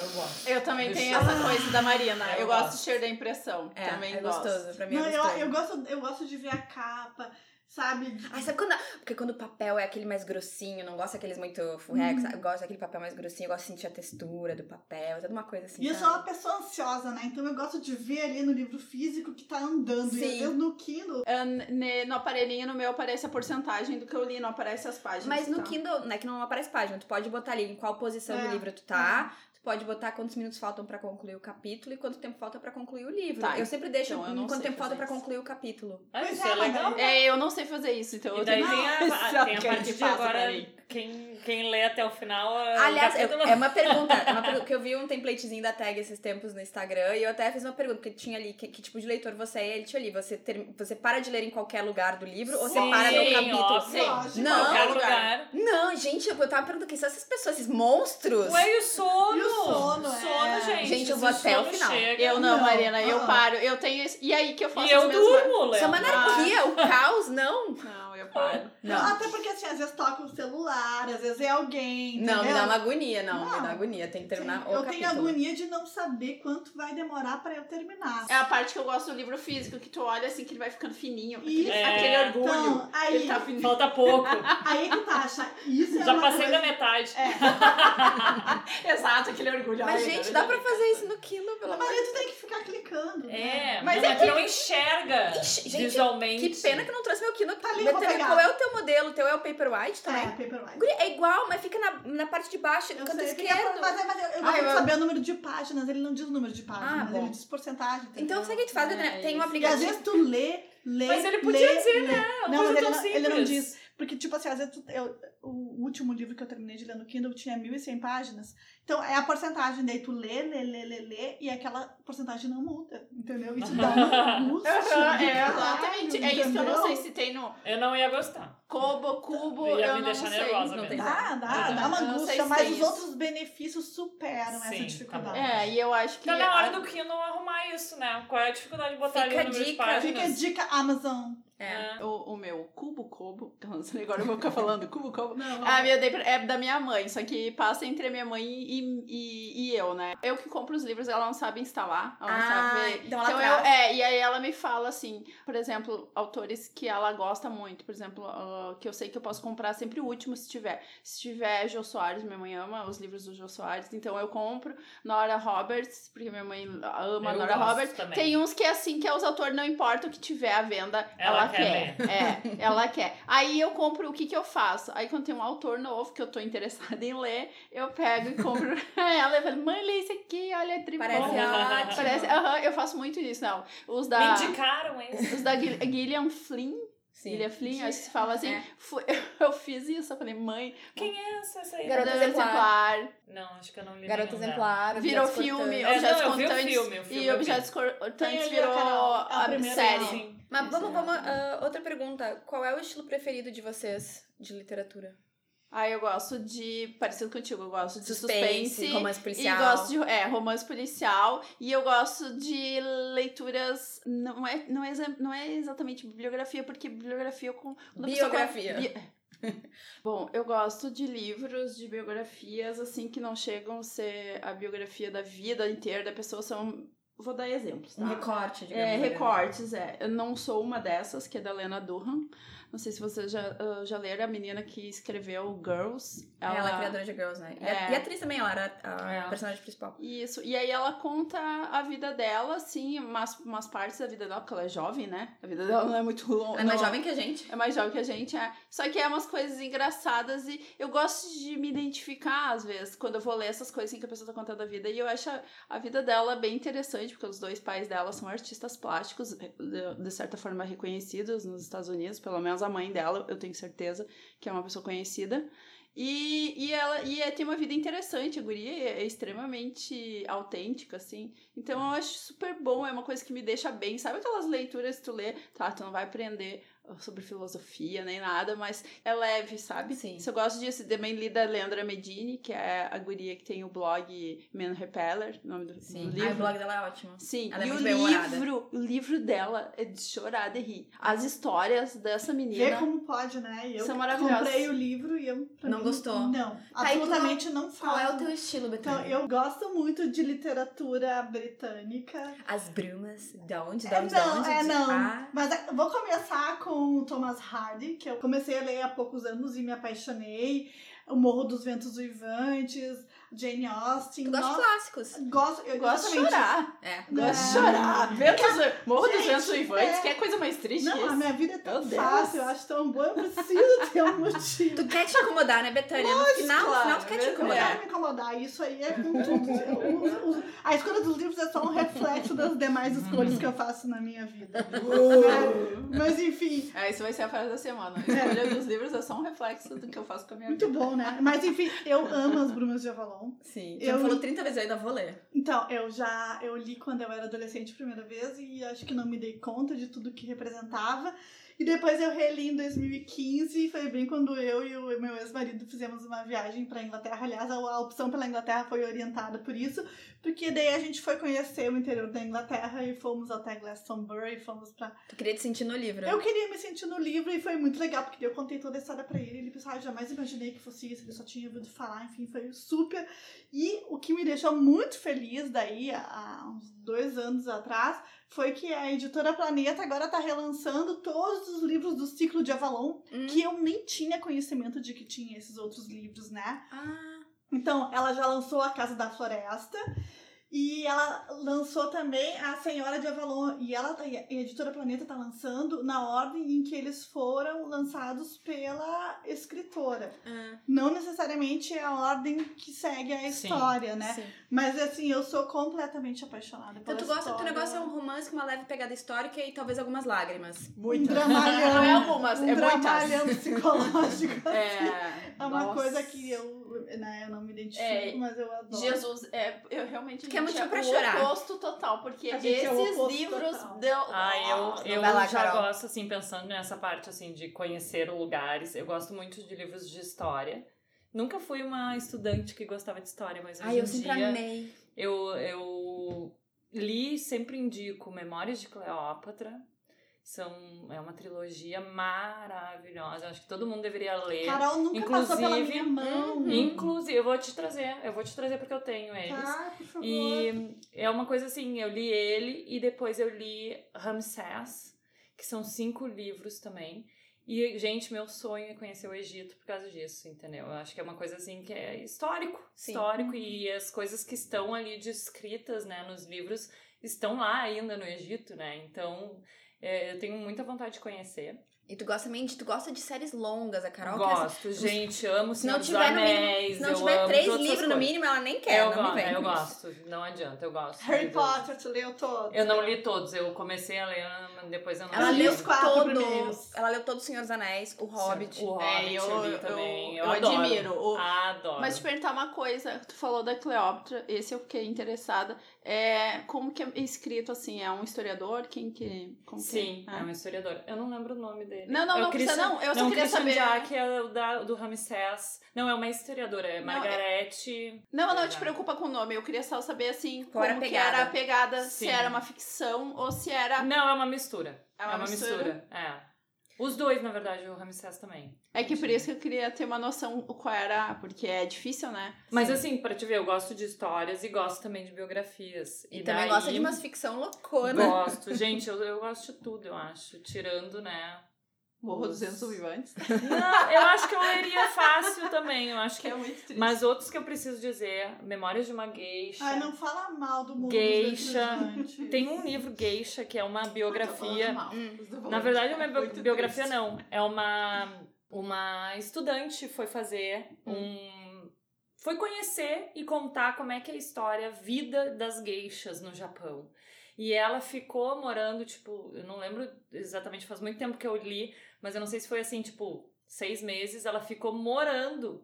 Speaker 2: Eu gosto.
Speaker 4: Eu também
Speaker 2: Do
Speaker 4: tenho
Speaker 2: cheiro.
Speaker 4: essa coisa da Marina.
Speaker 2: Ah,
Speaker 4: Eu,
Speaker 2: eu
Speaker 4: gosto do
Speaker 2: gosto.
Speaker 4: cheiro da impressão.
Speaker 1: É,
Speaker 4: também
Speaker 1: é
Speaker 4: gosto.
Speaker 1: gostoso. Pra mim
Speaker 3: Não,
Speaker 1: é
Speaker 3: eu,
Speaker 1: gostoso.
Speaker 3: eu, gosto, eu gosto de ver a capa, sabe?
Speaker 4: Ah,
Speaker 1: Ai,
Speaker 4: é
Speaker 1: sabe quando. Porque quando o papel é aquele mais grossinho, não gosto daqueles muito furrecos,
Speaker 3: Uhum.
Speaker 1: sabe? eu gosto daquele papel mais grossinho, eu gosto de sentir a textura do papel, toda uma coisa assim.
Speaker 3: E eu
Speaker 1: sabe?
Speaker 3: sou uma pessoa ansiosa, né? Então eu gosto de ver ali no livro físico que tá andando. E às
Speaker 1: Sim.
Speaker 3: vezes no Kindle.
Speaker 4: Ah, ne- no aparelhinho, no meu, aparece a porcentagem do que eu li, não aparece as páginas. então.
Speaker 1: Mas
Speaker 4: e
Speaker 1: no
Speaker 4: tal.
Speaker 1: Kindle, né, que não aparece página, tu pode botar ali em qual posição
Speaker 3: É.
Speaker 1: do livro tu tá, tu pode botar quantos minutos faltam pra concluir o capítulo e quanto tempo falta pra concluir o livro.
Speaker 4: Tá,
Speaker 1: eu sempre deixo
Speaker 4: então eu não
Speaker 1: quanto
Speaker 4: sei
Speaker 1: tempo falta pra
Speaker 4: fazer isso.
Speaker 1: concluir o capítulo.
Speaker 2: Ah,
Speaker 3: Pois
Speaker 2: isso é,
Speaker 3: é, mas
Speaker 2: legal.
Speaker 4: É, eu não sei fazer isso, então
Speaker 2: E
Speaker 4: eu
Speaker 2: daí
Speaker 4: tenho
Speaker 2: tem
Speaker 1: Ah,
Speaker 2: a, a-
Speaker 1: é
Speaker 4: Sabe
Speaker 2: tem a
Speaker 4: que a
Speaker 2: parte
Speaker 4: gente
Speaker 2: de
Speaker 4: passa
Speaker 2: agora,
Speaker 4: pra mim.
Speaker 2: quem, quem lê até o final... ah,
Speaker 1: Aliás,
Speaker 2: o
Speaker 1: eu-
Speaker 2: capítulo-
Speaker 1: é uma pergunta, é uma pergunta, que eu vi um templatezinho da tag esses tempos no Instagram e eu até fiz uma pergunta, porque tinha ali que, que tipo de leitor você é, ele tinha ali, você, ter- você para de ler em qualquer lugar do livro ou você
Speaker 2: Sim,
Speaker 1: para no capítulo?
Speaker 2: ó,
Speaker 3: Lógico.
Speaker 2: sim.
Speaker 1: Não, é um
Speaker 2: Qualquer
Speaker 1: lugar.
Speaker 2: lugar.
Speaker 1: Não, gente, eu tava perguntando quem são essas pessoas, esses monstros?
Speaker 2: Ué, e o sono?
Speaker 3: E o sono, é.
Speaker 2: gente.
Speaker 1: Gente, eu
Speaker 2: Se
Speaker 1: vou até o
Speaker 2: sono
Speaker 1: final.
Speaker 2: chega-
Speaker 4: Eu não,
Speaker 3: Não.
Speaker 4: Mariana, eu
Speaker 3: Ah.
Speaker 4: paro. Eu tenho esse... E aí que eu faço
Speaker 2: E eu
Speaker 4: as mesmas-
Speaker 2: durmo, Léo.
Speaker 1: Isso é uma anarquia, o
Speaker 2: ah.
Speaker 1: caos, não?
Speaker 4: Não, eu paro.
Speaker 3: Até porque assim, às vezes toca o celular, às vezes é alguém.
Speaker 1: Não, me
Speaker 3: entendeu?
Speaker 1: dá uma agonia, não. Me
Speaker 3: Não.
Speaker 1: dá agonia, tem que terminar
Speaker 3: Sim.
Speaker 1: o
Speaker 3: Eu
Speaker 1: capítulo.
Speaker 3: tenho agonia de não saber quanto vai demorar pra eu terminar.
Speaker 4: É a parte que eu gosto do livro físico, que tu olha assim, que ele vai ficando fininho. Aquele,
Speaker 2: É.
Speaker 4: aquele orgulho.
Speaker 3: Então, aí,
Speaker 4: ele tá fininho.
Speaker 2: Falta pouco.
Speaker 3: aí que tá, Chá. Isso é
Speaker 2: Já
Speaker 3: uma
Speaker 2: passei
Speaker 3: coisa...
Speaker 2: da metade.
Speaker 4: Exato, aquele orgulho.
Speaker 1: Mas,
Speaker 4: Ai,
Speaker 1: gente,
Speaker 4: eu-
Speaker 1: dá pra fazer isso no Kindle, pelo amor
Speaker 3: Mas
Speaker 1: de
Speaker 3: aí tu tem que ficar clicando. né?
Speaker 2: É,
Speaker 4: Mas
Speaker 2: mas
Speaker 4: é
Speaker 2: não,
Speaker 4: que-
Speaker 2: tu não enxerga
Speaker 1: Ixi, gente,
Speaker 2: visualmente.
Speaker 1: Deus. Que pena que eu não trouxe meu Kindle.
Speaker 3: Tá ali,
Speaker 1: Mas
Speaker 3: vou
Speaker 1: tem-
Speaker 3: pegar.
Speaker 1: Qual é o teu modelo? O teu é o Paperwhite
Speaker 3: É,
Speaker 1: também?
Speaker 3: Paperwhite.
Speaker 1: Guri, É igual, mas fica na, na parte de baixo, do
Speaker 3: Eu
Speaker 1: canto
Speaker 3: sei, porque é-
Speaker 1: esquerdo.
Speaker 3: Mas, é- mas eu, eu
Speaker 1: Ai,
Speaker 3: gosto de
Speaker 1: eu-
Speaker 3: saber o número de páginas, ele não diz o número de
Speaker 4: Ah,
Speaker 3: páginas,
Speaker 1: bom.
Speaker 3: ele diz porcentagem.
Speaker 1: Então, sabe o que a gente faz?
Speaker 4: É,
Speaker 1: Gabriela? tem um
Speaker 4: isso.
Speaker 3: E às
Speaker 1: aplicativo.
Speaker 3: vezes tu lê, lê.
Speaker 2: Mas ele podia
Speaker 3: lê,
Speaker 2: dizer,
Speaker 4: né?
Speaker 3: lê.
Speaker 2: É uma
Speaker 3: Não,
Speaker 2: coisa
Speaker 3: mas ele
Speaker 2: tão
Speaker 3: não, ele não
Speaker 2: simples.
Speaker 3: diz. Porque, tipo assim, às vezes tu- eu, o último livro que eu terminei de ler no Kindle tinha 1.100 páginas. Então é a porcentagem, daí tu lê, lê, lê, lê, lê, e aquela porcentagem não muda, entendeu? Isso dá uma angústia.
Speaker 4: Aham,
Speaker 3: do
Speaker 4: é,
Speaker 3: caralho,
Speaker 4: exatamente. É isso que eu
Speaker 3: entendeu?
Speaker 4: não sei se tem no
Speaker 2: Eu não ia gostar.
Speaker 4: Kobo, Cubo,
Speaker 2: Ia
Speaker 4: eu
Speaker 2: me
Speaker 4: não
Speaker 2: deixar
Speaker 4: sei.
Speaker 2: nervosa
Speaker 4: não tem
Speaker 2: mesmo. Tá
Speaker 4: como.
Speaker 3: Dá, dá,
Speaker 2: Aham.
Speaker 3: dá uma
Speaker 4: Eu não sei
Speaker 3: angústia,
Speaker 4: se
Speaker 3: mas
Speaker 4: tem
Speaker 3: os
Speaker 4: isso.
Speaker 3: outros benefícios superam
Speaker 2: Sim,
Speaker 3: essa
Speaker 2: tá
Speaker 3: dificuldade.
Speaker 4: É, e eu acho que...
Speaker 2: Tá na hora do Kino arrumar isso, né? Qual é a dificuldade de botar
Speaker 1: Fica
Speaker 2: ali o número
Speaker 1: a
Speaker 2: de
Speaker 1: dica.
Speaker 2: páginas?
Speaker 3: Fica a dica Amazon.
Speaker 1: É.
Speaker 2: É.
Speaker 4: O, o meu Cubo, Kobo... Nossa, Agora eu vou ficar falando Cubo, Kobo.
Speaker 3: Não,
Speaker 4: Ah, minha depre- é da minha mãe, só que passa entre a minha mãe e, e, e eu, né? Eu que compro os livros, ela não sabe instalar, ela não
Speaker 1: Ah,
Speaker 4: sabe.
Speaker 1: então ela
Speaker 4: eu,
Speaker 1: trava.
Speaker 4: é, e aí ela me fala assim, por exemplo, autores que ela gosta muito, por exemplo, ah, que eu sei que eu posso comprar sempre o último se tiver. Se tiver Jô Soares, minha mãe ama os livros do Jô Soares, então eu compro. Nora Roberts, porque minha mãe ama
Speaker 2: Eu
Speaker 4: Nora
Speaker 2: gosto
Speaker 4: Roberts.
Speaker 2: também.
Speaker 4: Tem uns que é assim, que é os autores, não importa o que tiver à venda, ela,
Speaker 2: Ela
Speaker 4: quer.
Speaker 2: quer
Speaker 4: É, ela quer. Aí eu compro, o que que eu faço? Aí quando tem um autor novo que eu tô interessada em ler, eu pego e compro ela e falo, mãe, lê isso aqui, olha, é tribom.
Speaker 1: Parece ótimo.
Speaker 4: Parece, é aham, eu faço muito isso, não. Os da...
Speaker 2: Me indicaram isso.
Speaker 4: Os da Gil- Gillian Flynn,
Speaker 1: Sim.
Speaker 4: Gillian Flynn, acho que se fala assim.
Speaker 1: É.
Speaker 4: fu- eu fiz isso, eu falei, mãe,
Speaker 2: Quem é essa? essa aí?
Speaker 1: Garota
Speaker 4: Garota
Speaker 1: exemplar.
Speaker 4: exemplar.
Speaker 2: Não, acho que eu não li
Speaker 1: Garota
Speaker 2: nenhum dela.
Speaker 1: exemplar.
Speaker 4: Virou
Speaker 1: objetos
Speaker 4: filme,
Speaker 2: É,
Speaker 1: cortantes.
Speaker 4: objetos
Speaker 2: não, eu vi o
Speaker 4: cortantes.
Speaker 2: filme, o filme
Speaker 4: e
Speaker 2: eu vi.
Speaker 4: objetos
Speaker 3: Tem
Speaker 4: cortantes
Speaker 3: ali a
Speaker 4: virou
Speaker 3: Carol, a
Speaker 4: ah,
Speaker 3: primeira
Speaker 4: série.
Speaker 3: versão.
Speaker 2: É, Sim.
Speaker 1: Mas vamos,
Speaker 4: Sim.
Speaker 1: vamos. ah, outra pergunta. Qual é o estilo preferido de vocês de literatura?
Speaker 4: Ah, eu gosto de. Parecido contigo, eu gosto de suspense.
Speaker 1: romance
Speaker 4: E
Speaker 1: policial.
Speaker 4: gosto de é, romance policial. E eu gosto de leituras. Não é, não é, exa- não é exatamente bibliografia, porque bibliografia eu. com- quando a pessoa
Speaker 1: Biografia.
Speaker 4: com- bi- Bom, eu gosto de livros, de biografias, assim, que não chegam a ser a biografia da vida inteira da pessoa, são. Vou dar exemplos, tá?
Speaker 1: Um recorte, digamos.
Speaker 4: É,
Speaker 1: né?
Speaker 4: recortes, é. Eu não sou uma dessas, que é da Lena Durham. Não sei se vocês já, ah, já leram, a menina que escreveu Girls.
Speaker 1: É, Ela, é criadora de Girls, né? E,
Speaker 4: É.
Speaker 1: a, e a atriz também, ela era a
Speaker 2: É.
Speaker 1: personagem principal.
Speaker 4: Isso, e aí ela conta a vida dela, assim, umas, umas partes da vida dela, porque ela é jovem, né? A vida dela não é muito longa.
Speaker 1: Ela é mais jovem que a gente.
Speaker 4: É mais jovem que a gente, é. Só que é umas coisas engraçadas e eu gosto de me identificar, às vezes, quando eu vou ler essas coisas assim que a pessoa tá contando a vida. E eu acho a, a vida dela bem interessante, porque os dois pais dela são artistas plásticos, eh, de, de certa forma reconhecidos nos Estados Unidos, pelo menos a mãe dela, eu tenho certeza que é uma pessoa conhecida. E, e ela e é- tem uma vida interessante, a guria é, é extremamente autêntica, assim. Então eu acho super bom, é uma coisa que me deixa bem. Sabe aquelas leituras que tu lê, tá, tu não vai aprender sobre filosofia nem nada, mas é leve, sabe?
Speaker 1: Sim.
Speaker 4: Isso eu gosto disso. Também li da Leandra Medini, que é a guria que tem o blog Man Repeller, o nome do, do
Speaker 1: Ai,
Speaker 4: livro.
Speaker 1: o blog dela é ótimo.
Speaker 4: Sim,
Speaker 1: Ela é
Speaker 4: e o
Speaker 1: muito bem-humorada.
Speaker 4: livro, o livro dela é de chorar de rir. As histórias dessa menina.
Speaker 3: Vê como pode, né? Eu
Speaker 4: São maravilhosos.
Speaker 3: comprei o livro e eu. pra
Speaker 1: Não
Speaker 3: mim,
Speaker 1: gostou?
Speaker 3: Não.
Speaker 1: Tá, e tu
Speaker 3: absolutamente não falo.
Speaker 1: Qual é o teu estilo,
Speaker 3: Então,
Speaker 1: Betânia?
Speaker 3: eu gosto muito de literatura britânica.
Speaker 1: As brumas, da onde,
Speaker 3: É,
Speaker 1: da onde, da
Speaker 3: não,
Speaker 1: onde?
Speaker 3: é,
Speaker 1: de-
Speaker 3: não.
Speaker 1: Ah,
Speaker 3: Mas ah, vou começar com com o Thomas Hardy, que eu comecei a ler há poucos anos e me apaixonei. O Morro dos Ventos Uivantes, Jane Austen.
Speaker 1: Tu gosta de
Speaker 3: Nossa,
Speaker 1: clássicos.
Speaker 3: gosto, eu
Speaker 4: Eu gosto de
Speaker 3: exatamente.
Speaker 4: chorar.
Speaker 1: É.
Speaker 4: Gosto
Speaker 3: Não.
Speaker 4: de chorar. Ventos, Morro dos
Speaker 3: É Gente,
Speaker 4: Ventos Uivantes,
Speaker 3: é.
Speaker 4: que é coisa mais triste que
Speaker 3: Não, a
Speaker 4: isso.
Speaker 3: minha vida é tão
Speaker 4: Meu Deus.
Speaker 3: fácil, eu acho tão boa, eu preciso ter um motivo.
Speaker 1: Tu quer te incomodar, né, Betânia? No final, no final tu quer te
Speaker 4: claro,
Speaker 3: Eu
Speaker 1: incomodar.
Speaker 3: quero me incomodar, isso aí é com tudo. O- o- a escolha dos livros é só um reflexo das demais escolhas que eu faço na minha vida. Mas enfim,
Speaker 4: Ah, isso vai ser a frase da semana. A escolha dos livros é só um reflexo do que eu faço com a minha vida.
Speaker 3: muito bom, né? Mas enfim, eu amo as Brumas de Avalon.
Speaker 1: Sim.
Speaker 3: Eu-
Speaker 1: Já falou 30 vezes, eu ainda vou ler.
Speaker 3: Então, eu já eu li quando eu era adolescente a primeira vez e acho que não me dei conta de tudo que representava. E depois eu reli em 2015, e foi bem quando eu e o meu ex-marido fizemos uma viagem pra Inglaterra. Aliás, a, a opção pela Inglaterra foi orientada por isso, porque daí a gente foi conhecer o interior da Inglaterra e fomos até Glastonbury, fomos pra
Speaker 1: Tu queria te sentir no livro.
Speaker 3: eu queria me sentir no livro e foi muito legal, porque daí eu contei toda a história pra ele. Ele pensou, ah, eu jamais imaginei que fosse isso, ele só tinha ouvido falar, enfim, foi super. E o que me deixou muito feliz daí, há uns dois anos atrás, foi que a editora Planeta agora tá relançando todos os livros do ciclo de Avalon,
Speaker 1: Hum.
Speaker 3: que eu nem tinha conhecimento de que tinha esses outros livros, né?
Speaker 1: Ah,
Speaker 3: Então, ela já lançou A Casa da Floresta e ela lançou também A Senhora de Avalon. E ela tá- e a editora Planeta tá lançando na ordem em que eles foram lançados pela escritora.
Speaker 1: ah,
Speaker 3: Não necessariamente é a ordem que segue a
Speaker 2: Sim,
Speaker 3: história, né?
Speaker 1: sim.
Speaker 3: Mas assim, eu sou completamente apaixonada
Speaker 1: Então
Speaker 3: pela
Speaker 1: tu gosta, teu
Speaker 3: história.
Speaker 1: negócio é um romance com uma leve pegada histórica e talvez algumas lágrimas.
Speaker 3: um
Speaker 4: Muitas.
Speaker 3: dramalhão.
Speaker 4: Não é algumas,
Speaker 3: um
Speaker 4: é muitas.
Speaker 3: dramalhão psicológico.
Speaker 4: É,
Speaker 3: É uma
Speaker 4: nossa.
Speaker 3: coisa que eu, né, eu não me identifico,
Speaker 4: É,
Speaker 3: mas eu adoro.
Speaker 4: Jesus, é, eu realmente
Speaker 1: Que é
Speaker 4: gente,
Speaker 1: motivo
Speaker 4: é
Speaker 1: pra
Speaker 4: o
Speaker 1: chorar.
Speaker 4: oposto total, porque
Speaker 3: A gente
Speaker 4: esses
Speaker 3: é o oposto
Speaker 4: livros
Speaker 3: total.
Speaker 4: deu.
Speaker 2: Ah,
Speaker 4: Nossa.
Speaker 2: eu, eu
Speaker 1: Vai lá,
Speaker 2: já
Speaker 1: Carol.
Speaker 2: gosto, assim, pensando nessa parte, assim, de conhecer lugares. Eu gosto muito de livros de história. Nunca fui uma estudante que gostava de história, mas hoje
Speaker 1: Ai,
Speaker 2: em
Speaker 1: eu sempre
Speaker 2: dia...
Speaker 1: amei.
Speaker 2: Eu, eu li, sempre indico, Memórias de Cleópatra. São, é uma trilogia maravilhosa. Acho que todo mundo deveria ler.
Speaker 3: Carol nunca passou pela
Speaker 2: Inclusive- uhum.
Speaker 3: minha mão.
Speaker 2: Inclusive, eu vou te trazer, eu vou te trazer porque eu tenho eles.
Speaker 3: Tá, por favor.
Speaker 2: E é uma coisa assim, eu li ele e depois eu li Ramsés, que são cinco livros também. E, gente, meu sonho é conhecer o Egito por causa disso, entendeu? Eu acho que é uma coisa assim que é histórico,
Speaker 1: Sim. Uhum.
Speaker 2: histórico. E as coisas que estão ali descritas, né, nos livros, estão lá ainda no Egito, né? Então, é, eu tenho muita vontade de conhecer.
Speaker 1: E tu gosta também de, tu gosta de séries longas, a Carol quer
Speaker 2: Gosto, gente, amo
Speaker 1: Se
Speaker 2: Senhor
Speaker 1: não
Speaker 2: dos
Speaker 1: tiver, no mínimo,
Speaker 2: Anéis,
Speaker 1: se não
Speaker 2: eu
Speaker 1: tiver
Speaker 2: amo
Speaker 1: três
Speaker 2: todas essas
Speaker 1: livros no
Speaker 2: coisas.
Speaker 1: mínimo, ela nem quer,
Speaker 2: eu
Speaker 1: não me
Speaker 2: gosto,
Speaker 1: vem.
Speaker 2: eu
Speaker 1: com isso.
Speaker 2: gosto, não adianta, eu gosto.
Speaker 3: Harry
Speaker 2: meu Deus.
Speaker 3: Potter, tu leu todo?
Speaker 2: Eu não li todos, eu comecei a ler, mas depois eu não
Speaker 1: Ela
Speaker 3: Eu li
Speaker 1: leu
Speaker 3: os quatro
Speaker 1: todo.
Speaker 3: primeiros.
Speaker 1: Ela leu todo o Senhor dos Anéis, o Hobbit.
Speaker 2: O Hobbit
Speaker 4: É,
Speaker 2: eu,
Speaker 4: eu,
Speaker 2: li
Speaker 4: eu,
Speaker 2: também. Eu,
Speaker 4: eu
Speaker 2: adoro.
Speaker 4: admiro. o-
Speaker 2: Adoro.
Speaker 4: Mas tipo, te perguntar uma coisa, tu falou da Cleópatra, esse eu fiquei interessada. É, como que é escrito assim? É um historiador? Quem que. Como que
Speaker 2: Sim,
Speaker 4: é?
Speaker 2: é um historiador. Eu não lembro o nome dele.
Speaker 4: Não, não,
Speaker 2: É o
Speaker 4: não precisa,
Speaker 2: Christian-
Speaker 4: não. Eu só
Speaker 2: não,
Speaker 4: queria
Speaker 2: Christian
Speaker 4: saber.
Speaker 2: Jack é o da, do Ramsés. Não, é uma historiadora, é
Speaker 4: Não, é-
Speaker 2: Margarete.
Speaker 4: Não, não, te
Speaker 2: Verdade.
Speaker 4: preocupa com o nome. Eu queria só saber assim
Speaker 1: Qual
Speaker 4: como
Speaker 1: era a
Speaker 4: que era a
Speaker 1: pegada?
Speaker 4: pegada, se
Speaker 2: Sim.
Speaker 4: era uma ficção ou se era.
Speaker 2: Não, é uma mistura.
Speaker 4: Tá. É uma mistura?
Speaker 2: É. Os dois, na verdade, o Ramsés também.
Speaker 4: É que por isso que eu queria ter uma noção o qual era, porque é difícil, né?
Speaker 2: Mas assim, pra te ver, eu gosto de histórias e gosto também de biografias.
Speaker 1: E, também
Speaker 2: daí-
Speaker 1: gosta de umas ficção
Speaker 4: né?
Speaker 1: loucona.
Speaker 2: Gosto, gente, eu, eu gosto de tudo, eu acho. Tirando, né?
Speaker 4: Morro
Speaker 2: os-
Speaker 4: 200 vivantes.
Speaker 2: Não, eu acho que eu leria fácil também. Eu acho que.
Speaker 4: Que é muito triste.
Speaker 2: Mas outros que eu preciso dizer, Memórias de uma Geisha.
Speaker 3: Ai, não fala mal do mundo
Speaker 2: Geisha.
Speaker 3: dos estudantes.
Speaker 2: Tem um livro Geisha, que é uma biografia.
Speaker 1: Hum.
Speaker 2: Na verdade, não é bio- biografia, não. É uma, uma estudante foi fazer
Speaker 3: Hum.
Speaker 2: um. Foi conhecer e contar como é que é a história, a vida das geishas no Japão. E ela ficou morando, tipo, eu não lembro exatamente, faz muito tempo que eu li, mas eu não sei se foi assim, tipo, seis meses, ela ficou morando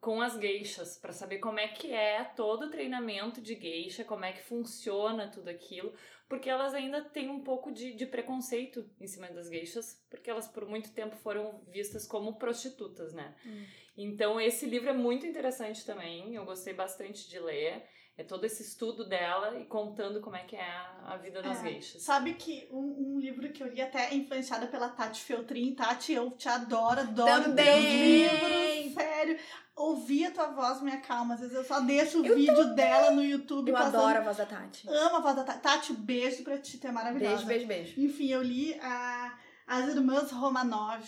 Speaker 2: com as geixas para saber como é que é todo o treinamento de geisha, como é que funciona tudo aquilo, porque elas ainda têm um pouco de, de preconceito em cima das geixas, porque elas por muito tempo foram vistas como prostitutas, né?
Speaker 1: Hum.
Speaker 2: Então esse livro é muito interessante também, eu gostei bastante de ler. É todo esse estudo dela e contando como é que é a, a vida das
Speaker 3: É,
Speaker 2: geixas.
Speaker 3: Sabe que um, um livro que eu li até é influenciada pela Tati Feltrin. Tati, eu te adoro, adoro
Speaker 1: Também!
Speaker 3: teus livros, sério. Ouvir a tua voz me acalma. Às vezes eu só deixo o vídeo dela no YouTube
Speaker 1: Eu
Speaker 3: passando.
Speaker 1: adoro a voz da Tati.
Speaker 3: Amo a voz da Tati. Tati, beijo pra um ti, tu é maravilhosa.
Speaker 1: Beijo, beijo, beijo.
Speaker 3: Enfim, eu li a, As irmãs Romanov,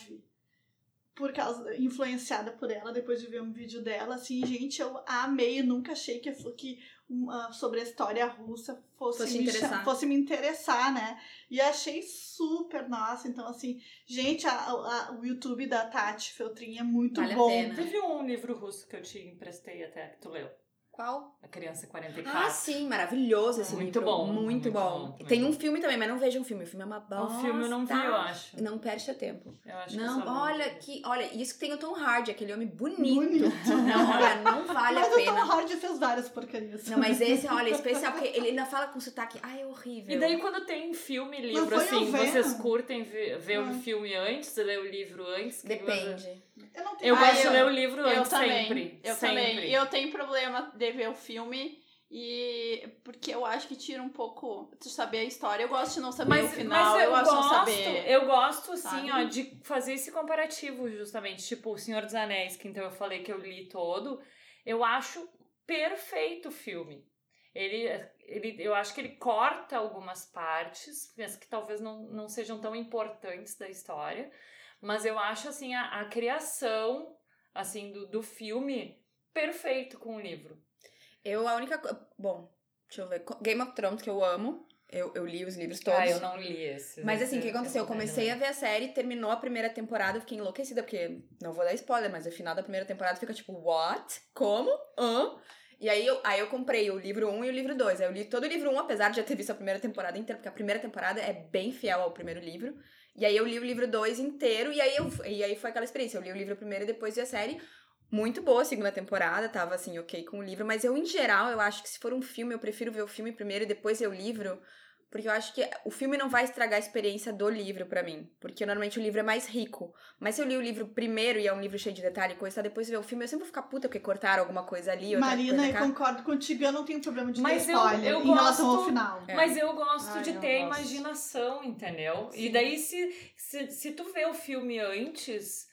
Speaker 3: por causa, influenciada por ela, depois de ver um vídeo dela, assim, gente, eu amei, eu nunca achei que, fo- que uma- sobre a história russa fosse,
Speaker 1: Fosse
Speaker 3: me cha-
Speaker 1: interessar.
Speaker 3: fosse me interessar, né? E achei super, nossa, então assim, gente, a- a- o YouTube da Tati Feltrin é muito
Speaker 1: Vale a
Speaker 3: bom.
Speaker 1: pena.
Speaker 2: Teve um livro russo que eu te emprestei até, que tu leu.
Speaker 1: Qual?
Speaker 2: A Criança 44.
Speaker 1: Ah, sim, maravilhoso esse
Speaker 2: Muito
Speaker 1: livro.
Speaker 2: bom,
Speaker 1: Muito,
Speaker 2: muito
Speaker 1: bom.
Speaker 2: bom, muito
Speaker 1: Tem
Speaker 2: bom.
Speaker 1: um filme também, mas não vejo um filme. O filme é uma
Speaker 2: O
Speaker 1: bosta.
Speaker 2: filme eu não vi, eu acho.
Speaker 1: Não perde seu tempo.
Speaker 2: Eu acho que é eu
Speaker 1: não,
Speaker 2: só vi.
Speaker 1: olha que. Olha, isso que tem o Tom Hardy, aquele homem bonito.
Speaker 3: Bonito.
Speaker 1: Não, olha, não vale
Speaker 3: Mas
Speaker 1: a
Speaker 3: o
Speaker 1: pena.
Speaker 3: Tom Hardy fez várias porcarias.
Speaker 1: Não, mas esse, olha, é especial, porque ele ainda fala com sotaque. Ai, é horrível.
Speaker 2: E daí quando tem filme, livro,
Speaker 3: foi
Speaker 2: assim,
Speaker 3: eu vendo.
Speaker 2: vocês curtem ver, ver o
Speaker 4: Ah.
Speaker 3: Hum.
Speaker 2: filme antes, ler o livro antes? que você-
Speaker 1: Depende.
Speaker 3: Eu não
Speaker 2: Eu
Speaker 3: tenho
Speaker 4: Ah,
Speaker 2: gosto de
Speaker 4: eu-
Speaker 2: ler o livro
Speaker 4: Eu
Speaker 2: antes
Speaker 4: também.
Speaker 2: sempre.
Speaker 4: Eu
Speaker 2: sempre.
Speaker 4: também. E eu tenho problema de ver o filme. E porque eu acho que tira um pouco de saber a história. Eu gosto de não saber o final, eu, gosto de não saber.
Speaker 2: Eu gosto, assim,
Speaker 4: sabe?
Speaker 2: ó, de fazer esse comparativo, justamente. Tipo, O Senhor dos Anéis, que então eu falei que eu li todo. Eu acho perfeito o filme. Ele, ele, eu acho que ele corta algumas partes, mas que talvez não, não sejam tão importantes da história. Mas eu acho, assim, a, a criação, assim, do, do filme perfeito com o livro.
Speaker 1: Eu, a única coisa. Bom, deixa eu ver. Co- Game of Thrones, que eu amo. Eu, eu li os livros todos.
Speaker 2: Ah, eu não li esse.
Speaker 1: Mas assim, o que aconteceu? Eu
Speaker 2: né?
Speaker 1: comecei a ver a série, terminou a primeira temporada, eu fiquei enlouquecida, porque não vou dar spoiler, mas o final da primeira temporada fica tipo, what? Como? Hã? E aí eu, aí eu comprei o livro 1 e o livro 2. Aí eu li todo o livro 1, apesar de já ter visto a primeira temporada inteira, porque a primeira temporada é bem fiel ao primeiro livro. E aí eu li o livro 2 inteiro, e aí, eu, e aí foi aquela experiência. Eu li o livro primeiro e depois vi a série. Muito boa a segunda temporada, tava assim, ok com o livro, mas eu, em geral, eu acho que se for um filme, eu prefiro ver o filme primeiro e depois ler o livro. Porque eu acho que o filme não vai estragar a experiência do livro pra mim. Porque normalmente o livro é mais rico. Mas se eu li o livro primeiro e é um livro cheio de detalhe e coisa, tá? depois de ver o filme, eu sempre vou ficar puta porque cortaram alguma coisa ali. Outra
Speaker 3: Marina,
Speaker 1: coisa
Speaker 3: é eu
Speaker 1: cá.
Speaker 3: concordo contigo, eu não tenho problema de
Speaker 2: né, Mas
Speaker 3: dar
Speaker 2: eu-
Speaker 3: spoiler
Speaker 2: eu
Speaker 3: em relação ao
Speaker 2: gosto-
Speaker 3: final.
Speaker 1: É.
Speaker 2: Mas eu gosto
Speaker 1: Ai,
Speaker 2: de
Speaker 1: eu
Speaker 2: ter
Speaker 1: gosto.
Speaker 2: imaginação, entendeu? E
Speaker 1: Sim.
Speaker 2: daí, se, se, se tu vê o filme antes,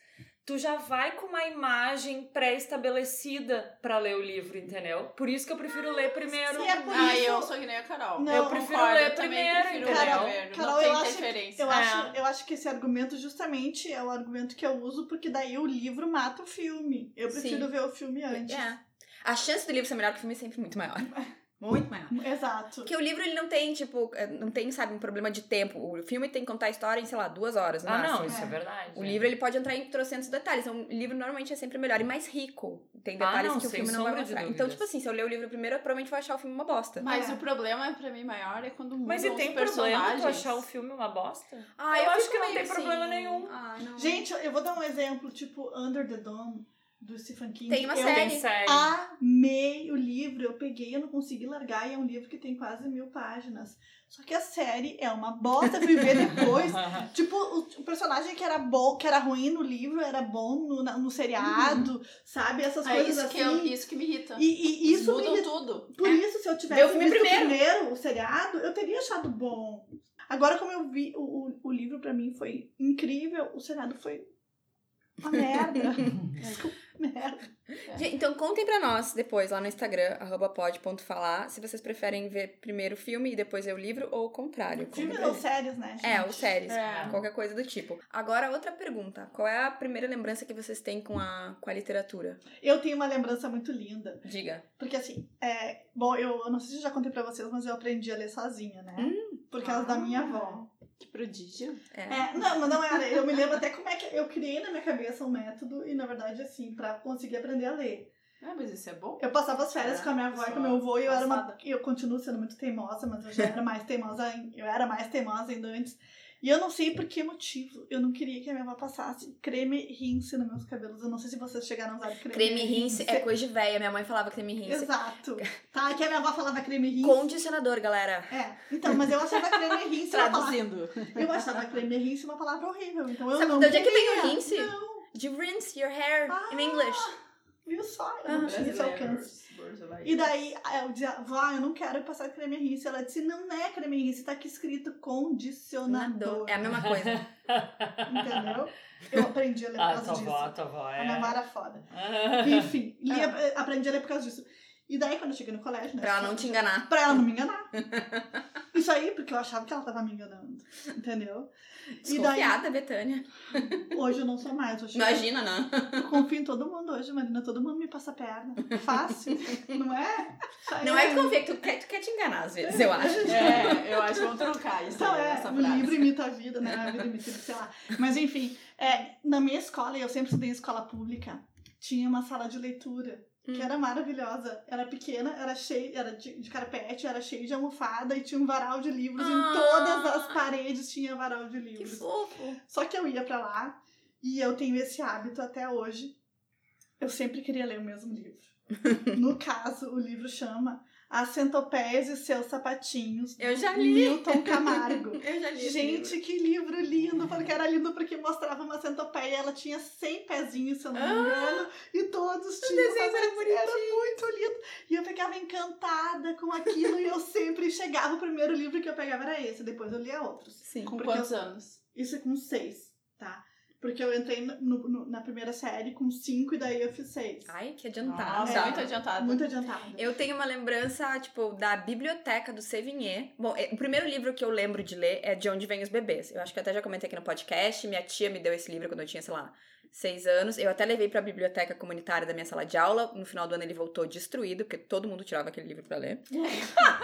Speaker 2: tu já vai com uma imagem pré-estabelecida pra ler o livro, entendeu? Por isso que eu prefiro ler primeiro. um
Speaker 3: se é por
Speaker 4: Ah,
Speaker 3: isso-
Speaker 4: eu sou que nem a Carol.
Speaker 3: Não,
Speaker 2: eu prefiro
Speaker 4: Concordo,
Speaker 2: ler
Speaker 4: eu também
Speaker 2: primeiro,
Speaker 4: prefiro
Speaker 2: entendeu?
Speaker 4: ler
Speaker 3: Carol,
Speaker 4: primeiro.
Speaker 3: Carol,
Speaker 4: não tem
Speaker 3: eu acho
Speaker 4: interferência.
Speaker 3: Eu,
Speaker 2: É.
Speaker 3: acho, eu acho que esse argumento justamente é o argumento que eu uso, porque daí o livro mata o filme. Eu prefiro
Speaker 1: Sim.
Speaker 3: ver o filme antes.
Speaker 1: É. A chance do livro ser melhor que o filme é sempre muito maior. Muito maior.
Speaker 3: Exato.
Speaker 1: Porque o livro ele não tem, tipo, eh, não tem, sabe, um problema de tempo. O filme tem que contar a história em, sei lá, duas horas. No
Speaker 2: Ah,
Speaker 1: máximo.
Speaker 2: não, isso é,
Speaker 3: É.
Speaker 2: verdade.
Speaker 1: O livro ele pode entrar em trocentos detalhes. Então, o livro normalmente é sempre melhor e mais rico. Tem
Speaker 2: Ah,
Speaker 1: detalhes
Speaker 2: não,
Speaker 1: que o
Speaker 2: sem
Speaker 1: filme não vai
Speaker 2: sombra de
Speaker 1: mostrar. Então,
Speaker 2: dúvidas.
Speaker 1: tipo assim, se eu ler o livro primeiro, eu provavelmente vou achar o filme uma bosta.
Speaker 4: Mas
Speaker 3: É.
Speaker 4: o problema pra mim maior é quando mudam
Speaker 2: Mas e tem
Speaker 4: os
Speaker 2: problema
Speaker 4: personagens.
Speaker 2: tu achar o filme uma bosta?
Speaker 1: Ah,
Speaker 2: Eu acho
Speaker 1: fico
Speaker 2: que não
Speaker 1: meio
Speaker 2: tem problema nenhum.
Speaker 1: Ah, não.
Speaker 3: Gente, eu vou dar um exemplo, tipo Under the Dome, do Stephen King.
Speaker 1: Tem uma
Speaker 3: eu
Speaker 1: série.
Speaker 2: Tem série.
Speaker 3: Ah, Amei o livro, eu peguei, eu não consegui largar, e é um livro que tem quase mil páginas. Só que a série é uma bosta, eu fui ver depois. Tipo, o, o personagem que era bom, que era ruim no livro, era bom no, na- no seriado, sabe? Essas
Speaker 4: É
Speaker 3: coisas
Speaker 4: isso,
Speaker 3: assim.
Speaker 4: que eu- isso que me irrita.
Speaker 3: E, e isso me
Speaker 4: Mudam
Speaker 3: irritou.
Speaker 4: tudo.
Speaker 3: Por
Speaker 4: É.
Speaker 3: isso, se eu tivesse
Speaker 1: Vê o filme
Speaker 3: visto
Speaker 1: primeiro.
Speaker 3: o seriado, eu teria achado bom. Agora, como eu vi, o, o, o livro pra mim foi incrível, o seriado foi uma merda. Desculpa, merda.
Speaker 1: Gente, Então contem pra nós depois lá no Instagram, arroba pod.falar, se vocês preferem ver primeiro o filme e depois ler o livro ou o contrário. Conta
Speaker 3: Filmes
Speaker 1: pra
Speaker 3: ou
Speaker 1: gente.
Speaker 3: séries, né?
Speaker 1: É,
Speaker 3: gente?
Speaker 1: ou séries,
Speaker 2: Ah,
Speaker 4: É.
Speaker 1: qualquer coisa do tipo. Agora, outra pergunta. Qual é a primeira lembrança que vocês têm com a, com a literatura?
Speaker 3: Eu tenho uma lembrança muito linda.
Speaker 1: Diga.
Speaker 3: Porque assim, é, bom, eu, eu não sei se eu já contei pra vocês, mas eu aprendi a ler sozinha, né?
Speaker 1: Hum.
Speaker 3: Por causa da
Speaker 1: Ah.
Speaker 3: minha avó.
Speaker 4: Que prodígio.
Speaker 1: É.
Speaker 3: É, não, mas não era. Eu me lembro até como é que eu criei na minha cabeça um método e, na verdade, assim, pra conseguir aprender a ler.
Speaker 4: Ah, mas isso é bom.
Speaker 3: Eu passava as férias
Speaker 4: É,
Speaker 3: com a minha avó e
Speaker 4: só
Speaker 3: com o meu avô e eu era uma.
Speaker 4: passada.
Speaker 3: Eu continuo sendo muito teimosa, mas eu já era mais teimosa ainda. Eu era mais teimosa ainda antes. E eu não sei por que motivo. Eu não queria que a minha avó passasse creme rinse nos meus cabelos. Eu não sei se vocês chegaram a usar creme
Speaker 1: Creme rinse é coisa de véia. Minha mãe falava creme rinse.
Speaker 3: Exato. Tá, que a minha avó falava creme rinse.
Speaker 1: Condicionador, galera.
Speaker 3: É, então, mas eu achava creme rinse uma palavra.
Speaker 4: Traduzindo.
Speaker 3: Eu achava creme rinse uma palavra horrível. Então eu
Speaker 1: Sabe
Speaker 3: não.
Speaker 1: de onde é que
Speaker 3: queria.
Speaker 1: vem o rinse?
Speaker 3: Não,
Speaker 1: De rinse your hair in English.
Speaker 3: viu só? Eu
Speaker 1: Ah,
Speaker 3: não tinha esse alcance. E daí aí eu dizia, vó, eu não quero passar creme rinse. Ela disse, não é creme rinse, tá aqui escrito condicionador.
Speaker 1: É a mesma coisa.
Speaker 3: Entendeu? Eu aprendi a ler por
Speaker 2: Ah,
Speaker 3: causa
Speaker 2: tua avó,
Speaker 3: disso.
Speaker 2: tua avó,
Speaker 3: A minha
Speaker 2: é.
Speaker 3: vara foda. Enfim,
Speaker 1: É.
Speaker 3: li- aprendi a ler por causa disso. E daí quando eu cheguei no colégio, né?
Speaker 1: Pra ela não te enganar.
Speaker 3: Pra ela não me enganar. Isso aí, porque eu achava que ela tava me enganando. Entendeu? E daí,
Speaker 1: Desconfiada, Betânia.
Speaker 3: hoje eu não sou mais. Hoje eu-
Speaker 1: Imagina, né? não.
Speaker 3: eu confio em todo mundo hoje, Marina. Todo mundo me passa a perna. Fácil, não é? Já
Speaker 1: Não é né? desconfiar, que tu quer, tu quer te enganar às vezes, eu acho.
Speaker 4: É, eu acho que vão trocar isso.
Speaker 3: Então,
Speaker 4: aí,
Speaker 3: é,
Speaker 4: essa
Speaker 3: o
Speaker 4: frase.
Speaker 3: livro imita a vida, né? A vida imita, sei lá. Mas enfim, é, na minha escola, e eu sempre estudei em escola pública, tinha uma sala de leitura. Que
Speaker 1: Hum.
Speaker 3: era maravilhosa. Era pequena, era cheia, era de, de carpete, era cheia de almofada e tinha um varal de livros.
Speaker 1: Ah.
Speaker 3: Em todas as paredes tinha varal de
Speaker 1: Que
Speaker 3: livros.
Speaker 1: fofo.
Speaker 3: Só que eu ia pra lá e eu tenho esse hábito até hoje. Eu sempre queria ler o mesmo livro. No caso, o livro chama As Centopeias e Seus Sapatinhos.
Speaker 1: Eu já
Speaker 3: do
Speaker 1: li.
Speaker 3: Milton Camargo.
Speaker 1: Eu já li. esse livro.
Speaker 3: Gente, que livro lindo! Porque era lindo porque mostrava uma centopeia. Ela tinha 100 pezinhos, se eu não me engano. E todos tinham.
Speaker 1: Ah! desenho era
Speaker 3: sapatos. era muito lindo. E eu ficava encantada com aquilo. e eu sempre chegava. O primeiro livro que eu pegava era esse. Depois eu lia outros.
Speaker 1: Sim.
Speaker 4: Com
Speaker 3: Porque
Speaker 4: quantos anos?
Speaker 3: Isso é com seis, tá? Porque eu entrei no- no- na primeira série com cinco e daí eu fiz seis.
Speaker 1: Ai, que
Speaker 4: Nossa,
Speaker 1: adiantado. Tá.
Speaker 3: é.
Speaker 4: Tá, muito adiantado.
Speaker 3: Muito adiantada.
Speaker 1: Eu tenho uma lembrança, tipo, da biblioteca do Sevigné. Bom, eh, o primeiro livro que eu lembro de ler é De Onde Vêm os Bebês. Eu acho que eu até já comentei aqui no podcast. Minha tia me deu esse livro quando eu tinha, sei lá, seis anos. Eu até levei pra biblioteca comunitária da minha sala de aula. No final do ano ele voltou destruído, porque todo mundo tirava aquele livro pra ler.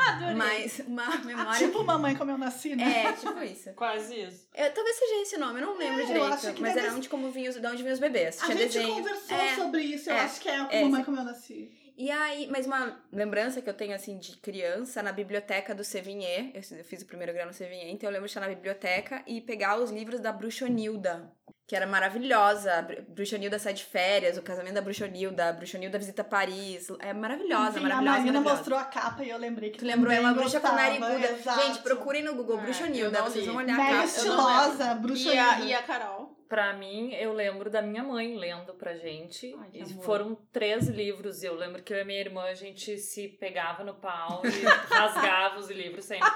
Speaker 4: Adorei.
Speaker 1: Mas uma memória.
Speaker 3: Tipo mamãe como eu nasci, né?
Speaker 1: É, tipo isso.
Speaker 2: Quase isso.
Speaker 1: Eu, talvez seja esse o nome, eu não lembro
Speaker 3: É, eu
Speaker 1: direito.
Speaker 3: acho que
Speaker 1: mas
Speaker 3: deve
Speaker 1: era
Speaker 3: ser-
Speaker 1: onde como vinha os, de onde vinham os bebês.
Speaker 3: A
Speaker 1: Tinha
Speaker 3: gente
Speaker 1: desenho.
Speaker 3: conversou
Speaker 1: É.
Speaker 3: sobre isso, eu
Speaker 1: É.
Speaker 3: acho que é
Speaker 1: É.
Speaker 3: mamãe como eu nasci.
Speaker 1: E aí, mas uma lembrança que eu tenho, assim, de criança, na biblioteca do Sevigné, eu fiz- eu fiz o primeiro grau no Sevigné, então eu lembro de estar na biblioteca e pegar os livros da Bruxonilda, que era maravilhosa. A Bru- Bruxonilda sai de férias, o casamento da Bruxonilda, a Bruxonilda visita Paris, é maravilhosa,
Speaker 3: Enfim,
Speaker 1: maravilhosa,
Speaker 3: A Marina
Speaker 1: maravilhosa.
Speaker 3: mostrou a capa e eu lembrei que
Speaker 1: Tu lembrou? É
Speaker 3: também
Speaker 1: uma bruxa com
Speaker 3: gostava,
Speaker 1: nariguda.
Speaker 3: exato. É,
Speaker 1: Gente, procurem no Google
Speaker 4: Ah,
Speaker 1: Bruxonilda,
Speaker 4: eu não
Speaker 1: vocês
Speaker 4: li.
Speaker 1: vão olhar a
Speaker 3: Mega
Speaker 1: capa.
Speaker 4: eu não
Speaker 3: estilosa, bruxa
Speaker 4: E a,
Speaker 3: linda.
Speaker 4: e a Carol?
Speaker 2: Pra mim, eu lembro da minha mãe lendo pra gente.
Speaker 4: Ai, que
Speaker 2: E
Speaker 4: amor.
Speaker 2: foram três livros. e Eu lembro que eu e minha irmã, a gente se pegava no pau e rasgava os livros sempre.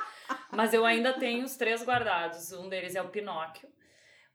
Speaker 2: Mas eu ainda tenho os três guardados. Um deles é o Pinóquio.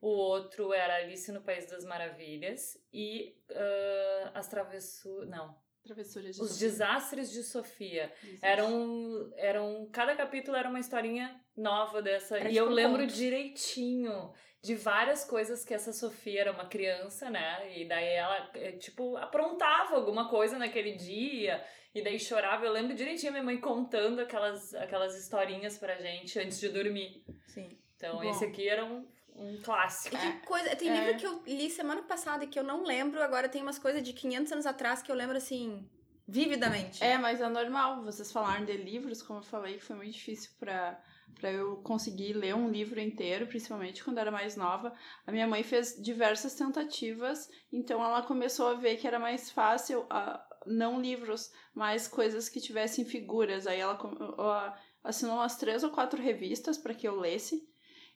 Speaker 2: O outro era Alice no País das Maravilhas. E ah, As Travessuras... Não.
Speaker 4: Travessura de
Speaker 2: Os
Speaker 4: Sofia.
Speaker 2: Desastres de Sofia. Era um, era um. Cada capítulo era uma historinha nova dessa.
Speaker 1: Era
Speaker 2: e
Speaker 1: tipo
Speaker 2: eu
Speaker 1: um
Speaker 2: lembro
Speaker 1: conto.
Speaker 2: direitinho de várias coisas que essa Sofia era uma criança, né? E daí ela, eh, tipo, aprontava alguma coisa naquele dia. E daí chorava. Eu lembro direitinho minha mãe contando aquelas, aquelas historinhas pra gente antes de dormir.
Speaker 1: Sim.
Speaker 2: Então,
Speaker 4: Bom.
Speaker 2: esse aqui era um, um clássico.
Speaker 1: E que coisa, tem
Speaker 4: é.
Speaker 1: livro que eu li semana passada e que eu não lembro, agora tem umas coisas de 500 anos atrás que eu lembro, assim, vividamente.
Speaker 4: É, mas é normal. Vocês falaram de livros, como eu falei, que foi muito difícil pra, pra eu conseguir ler um livro inteiro, principalmente quando era mais nova. A minha mãe fez diversas tentativas, então ela começou a ver que era mais fácil, ah, não livros, mas coisas que tivessem figuras. Aí ela com- ó, assinou umas três ou quatro revistas para que eu lesse.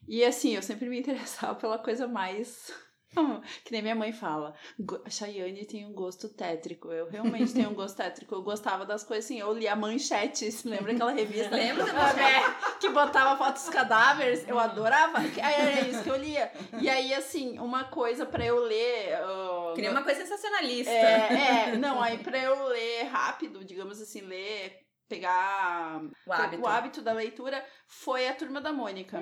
Speaker 4: E assim, eu sempre me interessava pela coisa mais. Que nem minha mãe fala, "Go- a Chayane tem um gosto tétrico. Eu realmente tenho um gosto tétrico. Eu gostava das coisas assim. Eu li a manchete, se lembra aquela revista?
Speaker 1: Lembra da
Speaker 4: Ah, é, que botava fotos dos cadáveres? Eu adorava. Que- aí Era isso que eu lia. E aí, assim, uma coisa pra eu ler. ah,
Speaker 1: Queria uma coisa sensacionalista.
Speaker 4: é, é, não, aí pra eu ler rápido, digamos assim, ler, pegar
Speaker 1: O hábito.
Speaker 4: da leitura, foi a Turma da Mônica.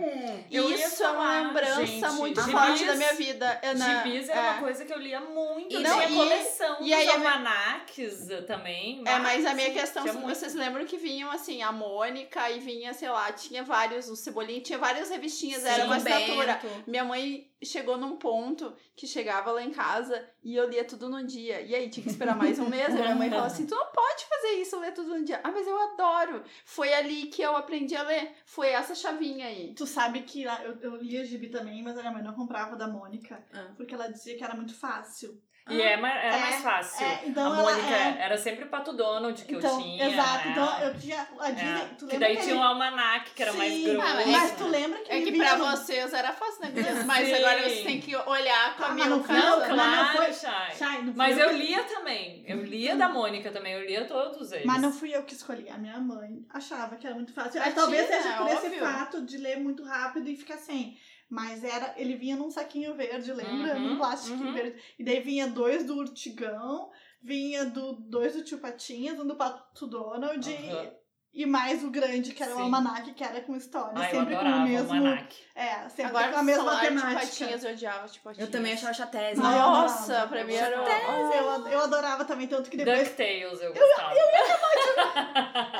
Speaker 4: E
Speaker 2: Eu ia
Speaker 4: isso é
Speaker 2: falar,
Speaker 4: uma lembrança
Speaker 2: gente,
Speaker 4: muito
Speaker 2: gibis-
Speaker 4: forte da minha vida. Eu na-
Speaker 2: Gibis era
Speaker 4: é.
Speaker 2: uma coisa que eu lia muito.
Speaker 4: E
Speaker 2: E
Speaker 4: não,
Speaker 2: tinha
Speaker 4: e-
Speaker 2: coleção
Speaker 4: e
Speaker 2: dos
Speaker 4: aí a minha-
Speaker 2: almanacs eh, também.
Speaker 4: É, mas a minha
Speaker 2: Nossa,
Speaker 4: questão,
Speaker 2: tinha
Speaker 4: se
Speaker 2: muito.
Speaker 4: vocês lembram que vinham assim, a Mônica e vinha, sei lá, tinha vários, o Cebolinha tinha várias revistinhas, era
Speaker 1: Sim,
Speaker 4: é uma assinatura.
Speaker 1: Bento.
Speaker 4: Minha mãe chegou num ponto que chegava lá em casa e eu lia tudo num dia. E aí tinha que esperar mais um mês. E minha mãe falou assim: Tu não pode fazer isso, ler tudo num dia. Ah, mas eu adoro. Foi ali que eu aprendi a ler. Foi essa chavinha aí.
Speaker 3: Tu sabe que lá, eu, eu lia gibi também, mas a minha mãe não comprava da Mônica.
Speaker 1: Ah.
Speaker 3: Porque ela dizia que era muito fácil.
Speaker 2: E é, ma- era
Speaker 3: É,
Speaker 2: mais fácil.
Speaker 3: É,
Speaker 2: A
Speaker 3: então ela
Speaker 2: Mônica
Speaker 3: é...
Speaker 2: era sempre o Pato Donald que
Speaker 3: então,
Speaker 2: eu tinha.
Speaker 3: exato.
Speaker 2: né?
Speaker 3: Então eu tinha... A Disney,
Speaker 2: É.
Speaker 3: tu
Speaker 2: Que
Speaker 3: lembra
Speaker 2: daí tinha o
Speaker 3: ele-
Speaker 2: almanac, que era
Speaker 3: Sim,
Speaker 2: mais grosso.
Speaker 4: Ah,
Speaker 3: Mas tu lembra que
Speaker 4: É
Speaker 3: ele
Speaker 4: que pra
Speaker 3: vinha no-
Speaker 4: vocês era fácil, né, gurias? Mas agora vocês têm que olhar com a
Speaker 3: Ah, mas
Speaker 4: minha né?
Speaker 3: não foi-
Speaker 2: Não,
Speaker 4: alcança.
Speaker 3: mas não
Speaker 2: claro,
Speaker 3: foi-
Speaker 2: Chay.
Speaker 3: Sai, não fui
Speaker 2: Mas
Speaker 3: eu
Speaker 2: eu
Speaker 3: que- Uhum.
Speaker 2: lia também. Eu lia da Mônica também. Eu lia todos eles.
Speaker 3: Mas não fui eu que escolhi, a minha mãe achava que era muito fácil. É,
Speaker 4: A
Speaker 3: Talvez
Speaker 4: tia,
Speaker 2: é
Speaker 3: seja por esse
Speaker 4: óbvio.
Speaker 3: fato de ler muito rápido e ficar sem. Mas era, ele vinha num saquinho verde, lembra?
Speaker 2: Uhum,
Speaker 3: num plástico
Speaker 2: uhum.
Speaker 3: verde. E daí vinha dois do Urtigão, vinha do, dois do Tio Patinhas, um do Pato Donald. e-
Speaker 2: Aham.
Speaker 3: E, E mais o grande, que era o
Speaker 2: Sim.
Speaker 3: almanac, que era com história.
Speaker 2: Ah, eu
Speaker 3: sempre com
Speaker 2: adorava
Speaker 3: o
Speaker 2: o
Speaker 3: mesmo.
Speaker 2: almanac.
Speaker 3: é, sempre
Speaker 4: Agora
Speaker 3: com a mesma
Speaker 4: falar
Speaker 3: temática.
Speaker 4: de patinhas, eu odiava de patinhas.
Speaker 1: Eu também achava chatésimo.
Speaker 3: Ai, ó.
Speaker 4: Nossa, pra mim era...
Speaker 3: Mas É, eu, ad- eu adorava também, tanto que depois.
Speaker 2: DuckTales eu gostava.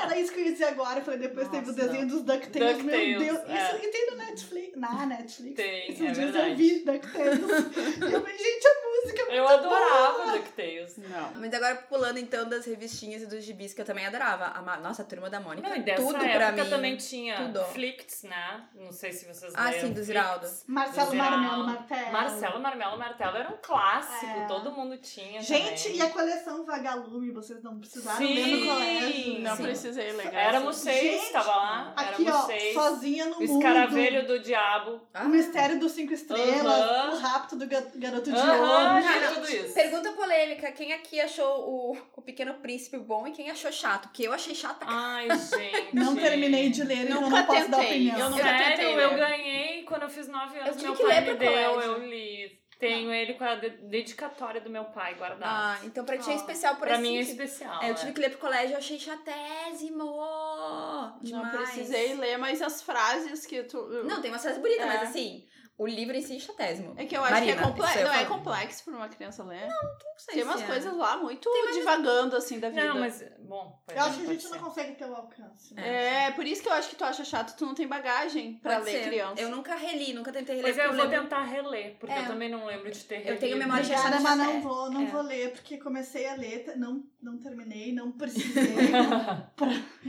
Speaker 3: Era isso que eu ia dizer agora. Eu falei, depois teve o
Speaker 2: Nossa,
Speaker 3: desenho dos DuckTales.
Speaker 2: DuckTales,
Speaker 3: Meu Deus.
Speaker 2: é.
Speaker 3: Isso, e tem no Netflix. Na Netflix.
Speaker 2: Tem,
Speaker 3: Esses
Speaker 2: é
Speaker 3: dias
Speaker 2: verdade.
Speaker 3: eu vi DuckTales. e eu falei, gente, a música é
Speaker 2: Eu
Speaker 3: muito
Speaker 2: adorava DuckTales.
Speaker 4: Não.
Speaker 1: Mas agora pulando então das revistinhas e dos gibis que eu também adorava. A Ma- Nossa, a turma da Mônica.
Speaker 2: Não, e dessa
Speaker 1: tudo
Speaker 2: época
Speaker 1: pra mim.
Speaker 2: também tinha
Speaker 1: Tudo.
Speaker 2: Flicts, né? Não sei se vocês
Speaker 1: Ah,
Speaker 2: leram
Speaker 1: sim, do
Speaker 2: Flicts.
Speaker 1: Ziraldo.
Speaker 3: Marcelo
Speaker 2: Geral.
Speaker 3: Marmelo Martelo.
Speaker 2: Marcelo Marmelo Martelo era um clássico,
Speaker 3: É.
Speaker 2: todo mundo tinha.
Speaker 3: Gente,
Speaker 2: também.
Speaker 3: e a coleção Vagalume? Vocês não precisaram
Speaker 2: Sim.
Speaker 3: ler no colégio.
Speaker 4: Não
Speaker 2: Sim.
Speaker 4: precisei ler. graças a
Speaker 2: Éramos seis,
Speaker 3: Gente,
Speaker 2: tava lá.
Speaker 3: Aqui,
Speaker 2: éramos
Speaker 3: ó,
Speaker 2: seis.
Speaker 3: sozinha no
Speaker 2: o
Speaker 3: mundo.
Speaker 2: escaravelho do diabo.
Speaker 1: Ah,
Speaker 3: O Mistério dos Cinco Estrelas,
Speaker 2: Aham.
Speaker 3: o Rapto do Ga- Garoto de
Speaker 2: Aham,
Speaker 3: Ouro.
Speaker 1: Não,
Speaker 2: gente,
Speaker 1: não.
Speaker 2: tudo isso.
Speaker 1: Pergunta polêmica: quem aqui achou o, o Pequeno Príncipe bom e quem achou chato? Porque eu achei chato pra
Speaker 2: Ai, gente.
Speaker 3: Não terminei de ler, então eu
Speaker 4: Nunca
Speaker 3: não posso dar
Speaker 4: tentei.
Speaker 3: opinião.
Speaker 4: Eu nunca
Speaker 2: Sério,
Speaker 4: tentei
Speaker 2: eu
Speaker 4: ler.
Speaker 2: ganhei quando eu fiz 9 anos.
Speaker 1: né? tive
Speaker 2: Meu
Speaker 1: que
Speaker 2: pai
Speaker 1: ler
Speaker 2: me
Speaker 1: pro
Speaker 2: deu,
Speaker 1: colégio.
Speaker 2: eu li. Tenho ele com a de- dedicatória do meu pai guardado.
Speaker 1: Ah, então pra ti é
Speaker 3: Ah,
Speaker 1: especial por
Speaker 2: pra
Speaker 1: esse
Speaker 2: mim é
Speaker 1: sentido.
Speaker 2: especial.
Speaker 1: É,
Speaker 2: é.
Speaker 1: eu tive que ler pro colégio, eu achei chatésimo.
Speaker 4: Não
Speaker 1: Demais.
Speaker 4: precisei ler, mas as frases que tu.
Speaker 1: Não, tem umas frases bonitas,
Speaker 4: É.
Speaker 1: mas assim, o livro em si é chatésimo.
Speaker 4: É que eu acho que
Speaker 1: Marina,
Speaker 4: é complexo.
Speaker 1: isso eu
Speaker 4: Não, é
Speaker 1: falo.
Speaker 4: complexo pra uma criança ler.
Speaker 1: Não sei
Speaker 4: Tem
Speaker 1: se
Speaker 4: umas
Speaker 1: é.
Speaker 4: coisas lá muito divagando, assim, da vida.
Speaker 2: Não, mas, bom. pois
Speaker 3: Eu
Speaker 2: é,
Speaker 3: acho que a
Speaker 2: pode
Speaker 3: gente não
Speaker 2: ser.
Speaker 3: consegue ter o alcance. né?
Speaker 4: É, por isso que eu acho que tu acha chato, tu não tem bagagem pra
Speaker 1: Pode
Speaker 4: ler
Speaker 1: ser.
Speaker 4: criança.
Speaker 1: Eu nunca reli, nunca tentei reler.
Speaker 2: Pois é, eu
Speaker 1: porque
Speaker 2: vou
Speaker 1: lembro-
Speaker 2: tentar reler, porque
Speaker 1: É.
Speaker 2: eu também não lembro de ter relido.
Speaker 1: Eu tenho memória de
Speaker 3: Obrigada,
Speaker 1: achar
Speaker 3: mas
Speaker 1: chato.
Speaker 3: não vou, não
Speaker 2: É.
Speaker 3: vou ler, porque comecei a ler, t- não, não terminei, não precisei. Aqui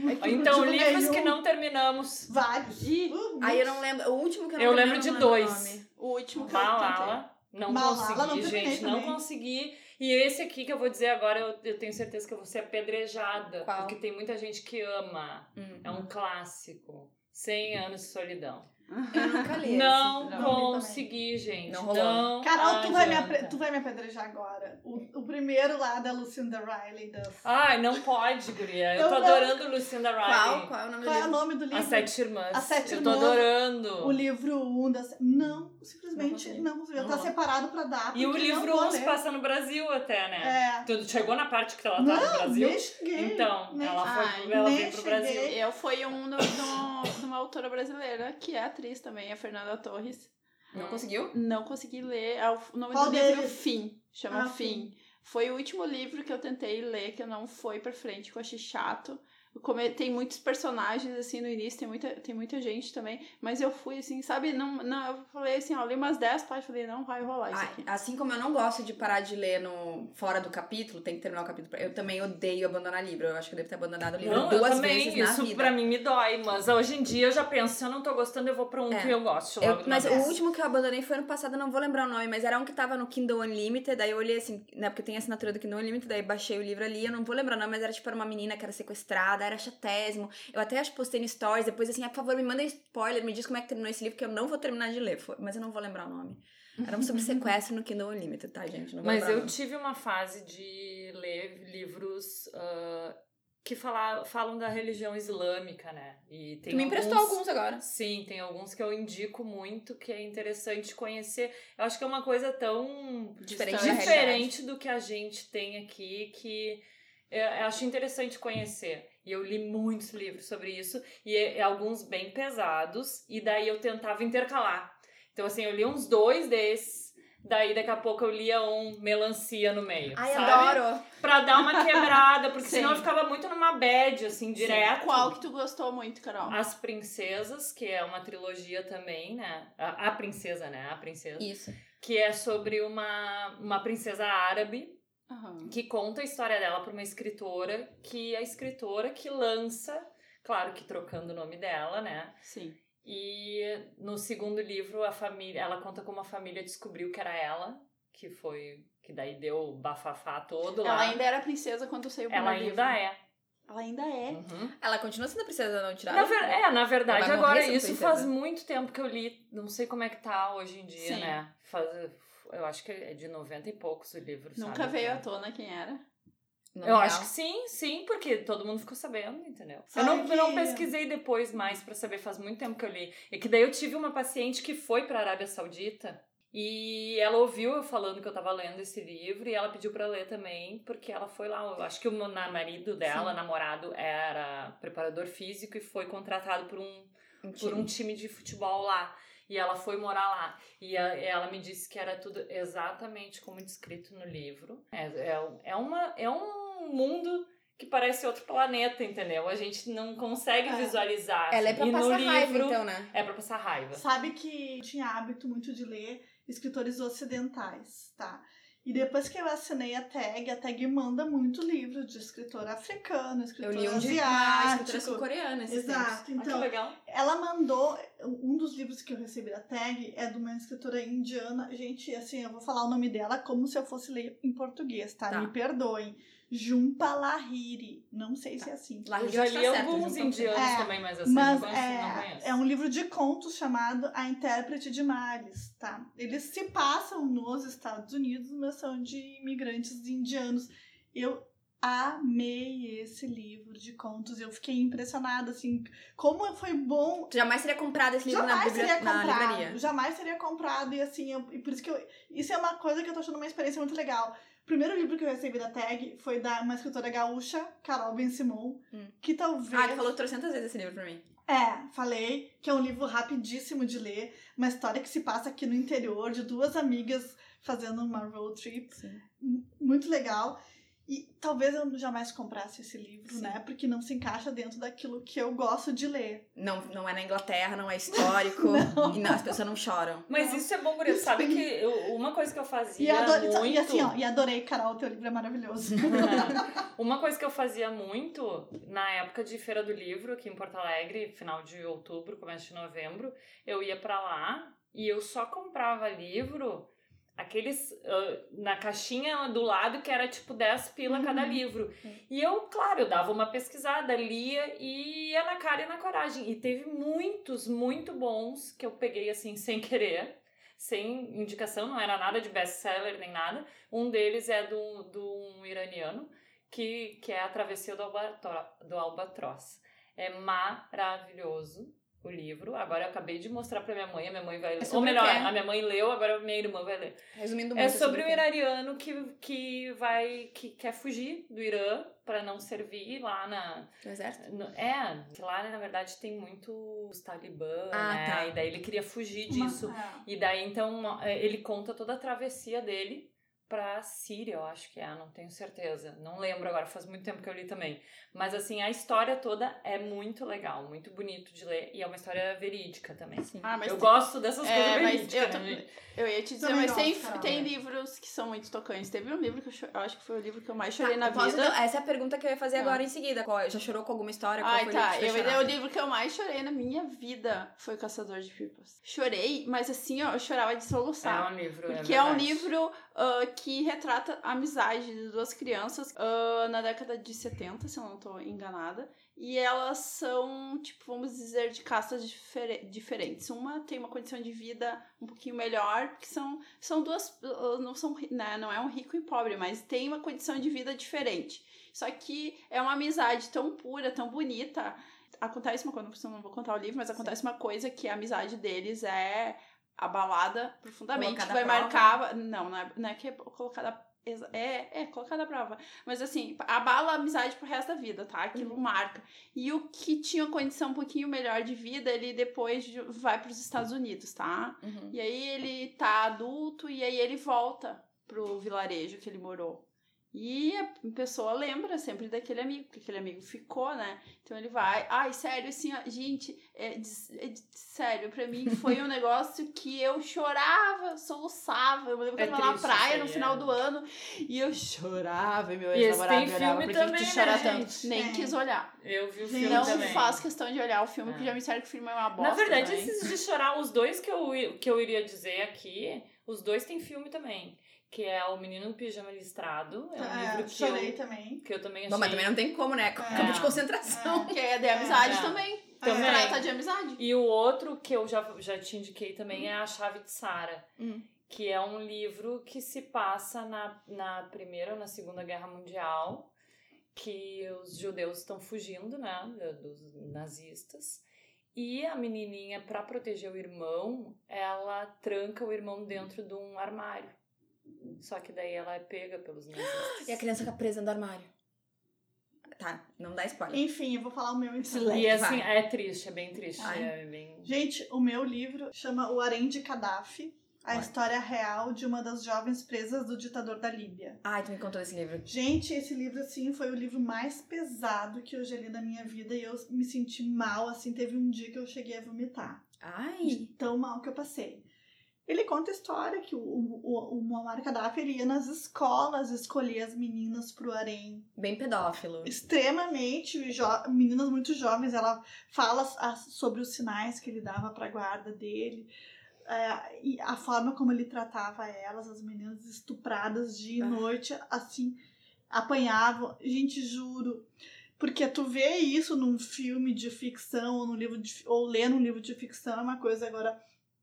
Speaker 3: no
Speaker 2: É então,
Speaker 3: Tido
Speaker 2: livros
Speaker 3: Meio,
Speaker 1: um.
Speaker 2: que não terminamos.
Speaker 3: Vários.
Speaker 4: Ih,
Speaker 3: Uh,
Speaker 1: Aí eu não lembro. O último que eu não
Speaker 2: um Eu
Speaker 1: lembro,
Speaker 2: lembro
Speaker 1: eu
Speaker 2: de
Speaker 1: não lembro o
Speaker 2: dois.
Speaker 1: nome.
Speaker 4: o último que
Speaker 3: né?
Speaker 4: eu
Speaker 2: Malala. Não
Speaker 3: Malala não
Speaker 2: consegui,
Speaker 3: terminei
Speaker 2: gente, não
Speaker 3: também.
Speaker 2: consegui. E esse aqui que eu vou dizer agora, eu, eu tenho certeza que eu vou ser apedrejada.
Speaker 1: Qual?
Speaker 2: Porque tem muita gente que ama.
Speaker 1: Hum.
Speaker 2: É um clássico. 100 anos de solidão.
Speaker 4: tentei.
Speaker 1: Eu nunca li.
Speaker 2: não
Speaker 1: esse.
Speaker 3: não.
Speaker 2: consegui, gente.
Speaker 1: Não
Speaker 2: Não
Speaker 1: rolou.
Speaker 3: Carol, tu vai, me
Speaker 2: adianta.
Speaker 3: apre- tu vai me apedrejar agora. O, o primeiro lá da Lucinda Riley. Das...
Speaker 2: Ai, não pode, guria. Eu
Speaker 3: Eu
Speaker 2: tô
Speaker 3: não-
Speaker 2: adorando Lucinda Riley.
Speaker 1: Qual? Qual é o nome do
Speaker 3: Qual é o
Speaker 1: livro?
Speaker 3: nome do livro?
Speaker 2: As Sete Irmãs.
Speaker 3: As Sete
Speaker 2: Eu tô
Speaker 3: Irmãs.
Speaker 2: adorando.
Speaker 3: O livro 1 um das. Não,
Speaker 1: Não
Speaker 3: simplesmente
Speaker 1: consegui.
Speaker 3: não conseguiu.
Speaker 2: Não
Speaker 3: Tá
Speaker 2: vou.
Speaker 3: separado pra dar.
Speaker 2: E o
Speaker 3: porque
Speaker 2: livro
Speaker 3: não vou
Speaker 2: 1 se
Speaker 3: ler.
Speaker 2: passa no Brasil até, né?
Speaker 3: É.
Speaker 2: Tu chegou na parte que ela tá no
Speaker 3: Não,
Speaker 2: Brasil?
Speaker 3: nem cheguei.
Speaker 2: Então,
Speaker 3: nem- Ah,
Speaker 2: ela foi
Speaker 4: Ai,
Speaker 2: pro, ela
Speaker 3: nem
Speaker 2: veio pro Brasil.
Speaker 3: cheguei.
Speaker 4: Eu fui um do- do- de uma autora brasileira, que é atriz também, a Fernanda Torres.
Speaker 1: Não conseguiu?
Speaker 4: Não consegui ler. ah, O nome
Speaker 3: Qual
Speaker 4: do livro
Speaker 3: deles?
Speaker 4: Fim. Chama
Speaker 3: Ah,
Speaker 4: Fim. Foi o último livro que eu tentei ler, que eu não foi pra frente, que eu achei chato. Eu come- Tem muitos personagens, assim, no início, tem muita, tem muita gente também. Mas eu fui, assim, sabe? Não, não, eu falei assim, ó, li umas 10 páginas, falei, não vai rolar isso
Speaker 1: Ai,
Speaker 4: aqui.
Speaker 1: assim como eu não gosto de parar de ler no, fora do capítulo, tem que terminar o capítulo. Eu também odeio abandonar livro. Eu acho que eu devo ter abandonado o livro
Speaker 2: Não, eu
Speaker 1: Tá duas
Speaker 2: também,
Speaker 1: vezes na
Speaker 2: isso
Speaker 1: vida.
Speaker 2: pra mim me dói, mas hoje em dia eu já penso, se eu não tô gostando, eu vou pra um
Speaker 1: É.
Speaker 2: que eu gosto
Speaker 1: Eu-
Speaker 2: logo de
Speaker 1: mas
Speaker 2: uma vez.
Speaker 1: o último que eu abandonei foi ano passado, eu não vou lembrar o nome, mas era um que tava no Kindle Unlimited, aí eu olhei assim, né, porque tem a assinatura do Kindle Unlimited, aí baixei o livro ali, eu não vou lembrar o nome, mas era tipo, era uma menina que era sequestrada, era chatésimo, eu até acho que postei no stories, depois assim, ah, por favor, me manda spoiler, me diz como é que terminou esse livro, que eu não vou terminar de ler, Foi- mas eu não vou lembrar o nome. Era um sobre sequestro no Kindle Unlimited, tá, gente? Não vou
Speaker 2: Mas
Speaker 1: lembrar o
Speaker 2: eu
Speaker 1: nome.
Speaker 2: tive uma fase de ler livros ah, que fala, falam da religião islâmica, né? E tem
Speaker 1: Tu me emprestou alguns agora.
Speaker 2: Sim, tem alguns que eu indico muito que é interessante conhecer. Eu acho que é uma coisa tão
Speaker 1: Diferente
Speaker 4: da
Speaker 2: diferente do que a gente tem aqui que eu eu acho interessante conhecer. E eu li muitos livros sobre isso, e é- é alguns bem pesados, e daí eu tentava intercalar. Então, assim, eu li uns dois desses, daí daqui a pouco eu lia um melancia no meio.
Speaker 1: Ai,
Speaker 2: sabe?
Speaker 1: adoro!
Speaker 2: Pra dar uma quebrada, porque
Speaker 4: Sim.
Speaker 2: senão eu ficava muito numa bad, assim, direto. Ah.
Speaker 4: Qual que é? tu gostou muito, Carol?
Speaker 2: As Princesas, que é uma trilogia também, né? A, a Princesa, né? A Princesa.
Speaker 1: Isso.
Speaker 2: Que é sobre uma, uma princesa árabe
Speaker 4: Aham.
Speaker 2: que conta a história dela pra uma escritora, que é a escritora que lança, claro que trocando o nome dela, né?
Speaker 4: Sim.
Speaker 2: E no segundo livro, a família, ela conta como a família descobriu que era ela, que foi. Que daí deu o bafafá todo
Speaker 4: Ela
Speaker 2: lá.
Speaker 4: ainda era princesa quando saiu o
Speaker 2: Ela
Speaker 4: primeiro
Speaker 2: ainda
Speaker 4: livro.
Speaker 2: é.
Speaker 4: Ela ainda é.
Speaker 2: Uhum.
Speaker 1: Ela continua sendo princesa não tirada?
Speaker 2: Na ver- É, na verdade,
Speaker 1: Tá. Vai morrer
Speaker 2: agora
Speaker 1: essa
Speaker 2: isso
Speaker 1: princesa.
Speaker 2: faz muito tempo que eu li. Não sei como é que tá hoje em dia,
Speaker 4: Sim.
Speaker 2: né? Faz, eu acho que é de 90 e poucos o livro.
Speaker 4: Nunca
Speaker 2: sabe? É.
Speaker 4: veio à tona quem era.
Speaker 1: Não,
Speaker 2: Eu
Speaker 1: real.
Speaker 2: acho que sim, sim, porque todo mundo ficou sabendo, entendeu?
Speaker 3: Sabe
Speaker 2: eu não,
Speaker 3: que-
Speaker 2: não pesquisei É depois mais pra saber, faz muito tempo que eu li. E que daí eu tive uma paciente que foi pra Arábia Saudita E ela ouviu eu falando que eu tava lendo esse livro e ela pediu pra eu ler também, porque ela foi lá. eu Acho que o meu na- marido dela, namorado, era preparador físico e foi contratado por um por um time de futebol lá. E ela foi morar lá. E a- ela me disse que era tudo exatamente como descrito no livro. É, é, um- é, uma, é um mundo que parece outro planeta, entendeu? A gente não consegue
Speaker 3: É.
Speaker 2: visualizar.
Speaker 1: Ela é
Speaker 2: assim.
Speaker 1: pra
Speaker 2: e no
Speaker 1: passar raiva,
Speaker 2: livro,
Speaker 1: então, né?
Speaker 2: É pra passar raiva.
Speaker 3: Sabe que eu tinha hábito muito de ler escritores ocidentais, tá? E depois que eu assinei a tag, a tag manda muito livro de escritor africano,
Speaker 1: Eu
Speaker 3: escritor
Speaker 1: li um de ah, escritura
Speaker 3: asiático.
Speaker 1: sul-coreana esses tempos.
Speaker 3: Exato.
Speaker 2: ah, que
Speaker 3: Então,
Speaker 2: legal.
Speaker 3: ela mandou. Um dos livros que eu recebi da tag é de uma escritora indiana. Gente, assim, eu vou falar o nome dela como se eu fosse ler em português, tá?
Speaker 2: Tá.
Speaker 3: Me perdoem. Jumpa Lahiri. Não sei se é assim.
Speaker 1: Lá
Speaker 2: Eu
Speaker 1: Rio
Speaker 2: já
Speaker 1: acho que
Speaker 2: li
Speaker 1: tá certo,
Speaker 2: alguns
Speaker 1: junto ao-
Speaker 2: indianos
Speaker 3: É,
Speaker 2: também, mas assim, não,
Speaker 3: Mas
Speaker 2: conheço, não
Speaker 3: é,
Speaker 2: conheço.
Speaker 3: é um livro de contos chamado A Intérprete de Males, tá? Eles se passam nos Estados Unidos, mas são de imigrantes indianos. Eu amei esse livro de contos, eu fiquei impressionada, assim, como foi bom
Speaker 1: Tu jamais teria comprado esse livro na,
Speaker 3: Jamais
Speaker 1: bibli...
Speaker 3: seria
Speaker 1: na livraria.
Speaker 3: comprado. Jamais seria comprado. E assim, eu- e por isso que eu. Isso é uma coisa que eu tô achando uma experiência muito legal. O primeiro livro que eu recebi da tag foi da uma escritora gaúcha, Carol Ben Simon,
Speaker 1: Hum.
Speaker 3: que talvez.
Speaker 1: Ah, tu falou 300 vezes esse livro pra mim.
Speaker 3: É, falei que é um livro rapidíssimo de ler, uma história que se passa aqui no interior, de duas amigas fazendo uma road trip.
Speaker 1: Sim.
Speaker 3: M- Muito legal. E talvez eu jamais comprasse esse livro,
Speaker 1: Sim.
Speaker 3: né? Porque não se encaixa dentro daquilo que eu gosto de ler.
Speaker 1: Não, não é na Inglaterra, não é histórico. E não, as pessoas não choram.
Speaker 2: Mas isso é bom, Guria.
Speaker 3: Isso
Speaker 2: Sabe
Speaker 3: aí.
Speaker 2: que eu- uma coisa que eu fazia
Speaker 3: um E, adorei,
Speaker 2: é muito...
Speaker 3: e assim, ó, e adorei, Carol, teu livro é maravilhoso.
Speaker 2: Uma coisa que eu fazia muito na época de Feira do Livro, aqui em Porto Alegre, final de outubro, começo de novembro, eu ia pra lá e eu só comprava livro aqueles ah, na caixinha do lado que era tipo 10 pila
Speaker 3: Uhum.
Speaker 2: cada livro.
Speaker 1: Sim.
Speaker 2: E eu, claro, eu dava uma pesquisada, lia e ia na cara e na coragem. E teve muitos, muito bons que eu peguei assim sem querer. Sem indicação, não era nada de best-seller nem nada. Um deles é do, do um iraniano, que, que é a travessia do, Albatro- do albatroz. É maravilhoso o livro. Agora eu acabei de mostrar pra minha mãe, a minha mãe vai ler. Ou
Speaker 1: É sobre o
Speaker 2: melhor,
Speaker 1: quê?
Speaker 2: a minha mãe leu, agora a minha irmã vai ler.
Speaker 1: Resumindo muito.
Speaker 2: É sobre
Speaker 1: o
Speaker 2: um
Speaker 1: quê?
Speaker 2: iraniano que, que vai que quer fugir do Irã pra não servir lá na
Speaker 1: Do exército?
Speaker 2: no- é, que lá na verdade tem muito os talibã,
Speaker 1: Ah,
Speaker 2: né?
Speaker 1: tá.
Speaker 2: E daí ele queria fugir disso.
Speaker 3: Uma-
Speaker 2: E daí, então, é, ele conta toda a travessia dele pra Síria, eu acho que é, não tenho certeza. Não lembro agora, faz muito tempo que eu li também. Mas, assim, a história toda é muito legal, muito bonito de ler. E é uma história verídica também.
Speaker 1: Sim.
Speaker 4: Ah, mas
Speaker 2: eu
Speaker 4: tem-
Speaker 2: gosto dessas
Speaker 4: É,
Speaker 2: coisas
Speaker 4: mas
Speaker 2: verídicas,
Speaker 4: eu tô-
Speaker 2: né, gente?
Speaker 4: Eu ia te dizer,
Speaker 3: Também
Speaker 4: mas tem,
Speaker 3: gosto, Carol.
Speaker 4: tem livros que são muito tocantes. Teve um livro que eu, cho- eu acho que foi o livro que eu mais
Speaker 1: Tá,
Speaker 4: chorei na
Speaker 1: eu posso-
Speaker 4: vida.
Speaker 1: não, essa é a pergunta que eu ia fazer
Speaker 3: Tá.
Speaker 4: Ah.
Speaker 1: agora em seguida. Qual- já chorou com alguma história? Qual
Speaker 4: Ai,
Speaker 1: foi
Speaker 4: tá.
Speaker 1: o livro
Speaker 4: Eu,
Speaker 1: que tu
Speaker 4: o livro que eu mais chorei na minha vida foi o Caçador de Pipas. Chorei, mas assim, ó, eu chorava de soluçar.
Speaker 2: É um livro,
Speaker 4: Porque é um
Speaker 2: verdade.
Speaker 4: livro ah, que retrata a amizade de duas crianças ah, na década de 70, se eu não tô enganada. E elas são, tipo, vamos dizer, de castas difere- diferentes. Uma tem uma condição de vida um pouquinho melhor, porque são, são duas. ah, não, são, ri- né, não é um rico e pobre, mas tem uma condição de vida diferente. Só que é uma amizade tão pura, tão bonita. Acontece uma coisa, não vou contar o livro, mas acontece uma coisa que a amizade deles é abalada profundamente.
Speaker 1: Colocada à
Speaker 4: vai
Speaker 1: prova.
Speaker 4: marcar. Não, não é, não é que é colocada. exa- É, é colocada à prova. Mas assim, abala a amizade pro resto da vida, tá? Aquilo
Speaker 1: Uhum.
Speaker 4: marca. E o que tinha condição um pouquinho melhor de vida, ele depois de- vai pros Estados Unidos, tá?
Speaker 1: Uhum.
Speaker 4: E aí ele tá adulto e aí ele volta pro vilarejo que ele morou. E a pessoa lembra sempre daquele amigo, porque aquele amigo ficou, né? Então ele vai. Ai, sério, assim, ó, gente, é, des- é de- sério, pra mim foi um negócio que eu chorava, soluçava. Eu me lembro que
Speaker 2: É
Speaker 4: eu tava na
Speaker 2: triste
Speaker 4: praia
Speaker 2: isso
Speaker 4: no
Speaker 2: aí,
Speaker 4: final
Speaker 2: é.
Speaker 4: do ano e eu chorava, e meu
Speaker 2: E esse
Speaker 4: ex-namorado
Speaker 2: tem
Speaker 4: me olhava,
Speaker 2: filme
Speaker 4: por que que
Speaker 2: também,
Speaker 4: tu
Speaker 2: né,
Speaker 4: chora tanto?
Speaker 3: gente?
Speaker 4: Nem
Speaker 3: É.
Speaker 4: quis olhar.
Speaker 2: Eu vi o
Speaker 3: Não
Speaker 2: filme
Speaker 4: não
Speaker 2: também.
Speaker 4: faço questão de olhar o filme, porque
Speaker 2: É.
Speaker 4: já me disseram que o filme é uma bosta.
Speaker 2: Na verdade,
Speaker 4: também.
Speaker 2: esses de chorar, os dois que eu, i- que eu iria dizer aqui, os dois têm filme também. Que é O Menino no Pijama Listrado. É um
Speaker 4: Ah,
Speaker 3: É,
Speaker 2: livro que
Speaker 3: chorei
Speaker 2: eu,
Speaker 3: também.
Speaker 2: que eu também achei.
Speaker 1: Bom, mas também não tem como, né?
Speaker 3: É.
Speaker 1: Campo de concentração.
Speaker 4: Que é de amizade
Speaker 2: É.
Speaker 4: também.
Speaker 1: Ah,
Speaker 2: Também.
Speaker 1: tá,
Speaker 4: Trata de amizade.
Speaker 2: E o outro que eu já, já te indiquei também é A Chave de Sara,
Speaker 1: Hum.
Speaker 2: que é um livro que se passa na, na Primeira ou na Segunda Guerra Mundial, que os judeus estão fugindo né, do- dos nazistas. E a menininha, pra proteger o irmão, ela tranca o irmão dentro de um armário. Só que daí ela é pega pelos nazistas.
Speaker 1: E a criança fica presa no armário. Tá, não dá spoiler.
Speaker 3: Enfim, eu vou falar o meu então.
Speaker 1: Silêncio.
Speaker 2: E assim,
Speaker 1: Vai.
Speaker 2: é triste, é bem triste.
Speaker 3: Ai.
Speaker 2: É bem...
Speaker 3: Gente, o meu livro chama O Harém de Gaddafi, a
Speaker 1: Olha.
Speaker 3: história real de uma das jovens presas do ditador da Líbia.
Speaker 1: Ai, tu me contou esse livro.
Speaker 3: Gente, esse livro, assim, foi o livro mais pesado que eu já li na minha vida e eu me senti mal, assim, teve um dia que eu cheguei a vomitar. de
Speaker 1: Ai.
Speaker 3: tão mal que eu passei. Ele conta a história que o, o, o- o Muammar Gaddafi ele ia nas escolas escolher as meninas pro harém.
Speaker 1: Bem pedófilo.
Speaker 3: Extremamente, jo- meninas muito jovens, ela fala as- sobre os sinais que ele dava pra guarda dele. é, e a forma como ele tratava elas, as meninas estupradas dia
Speaker 1: Ah.
Speaker 3: e noite, assim, apanhavam. Gente, juro. Porque tu vê isso num filme de ficção ou, num livro de, fi- ou ler num livro de ficção é uma coisa. Agora,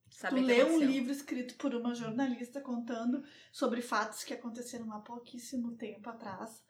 Speaker 1: Saber Tá que
Speaker 3: tu lê um
Speaker 1: aconteceu.
Speaker 3: livro escrito por uma jornalista contando sobre fatos que aconteceram há pouquíssimo tempo atrás.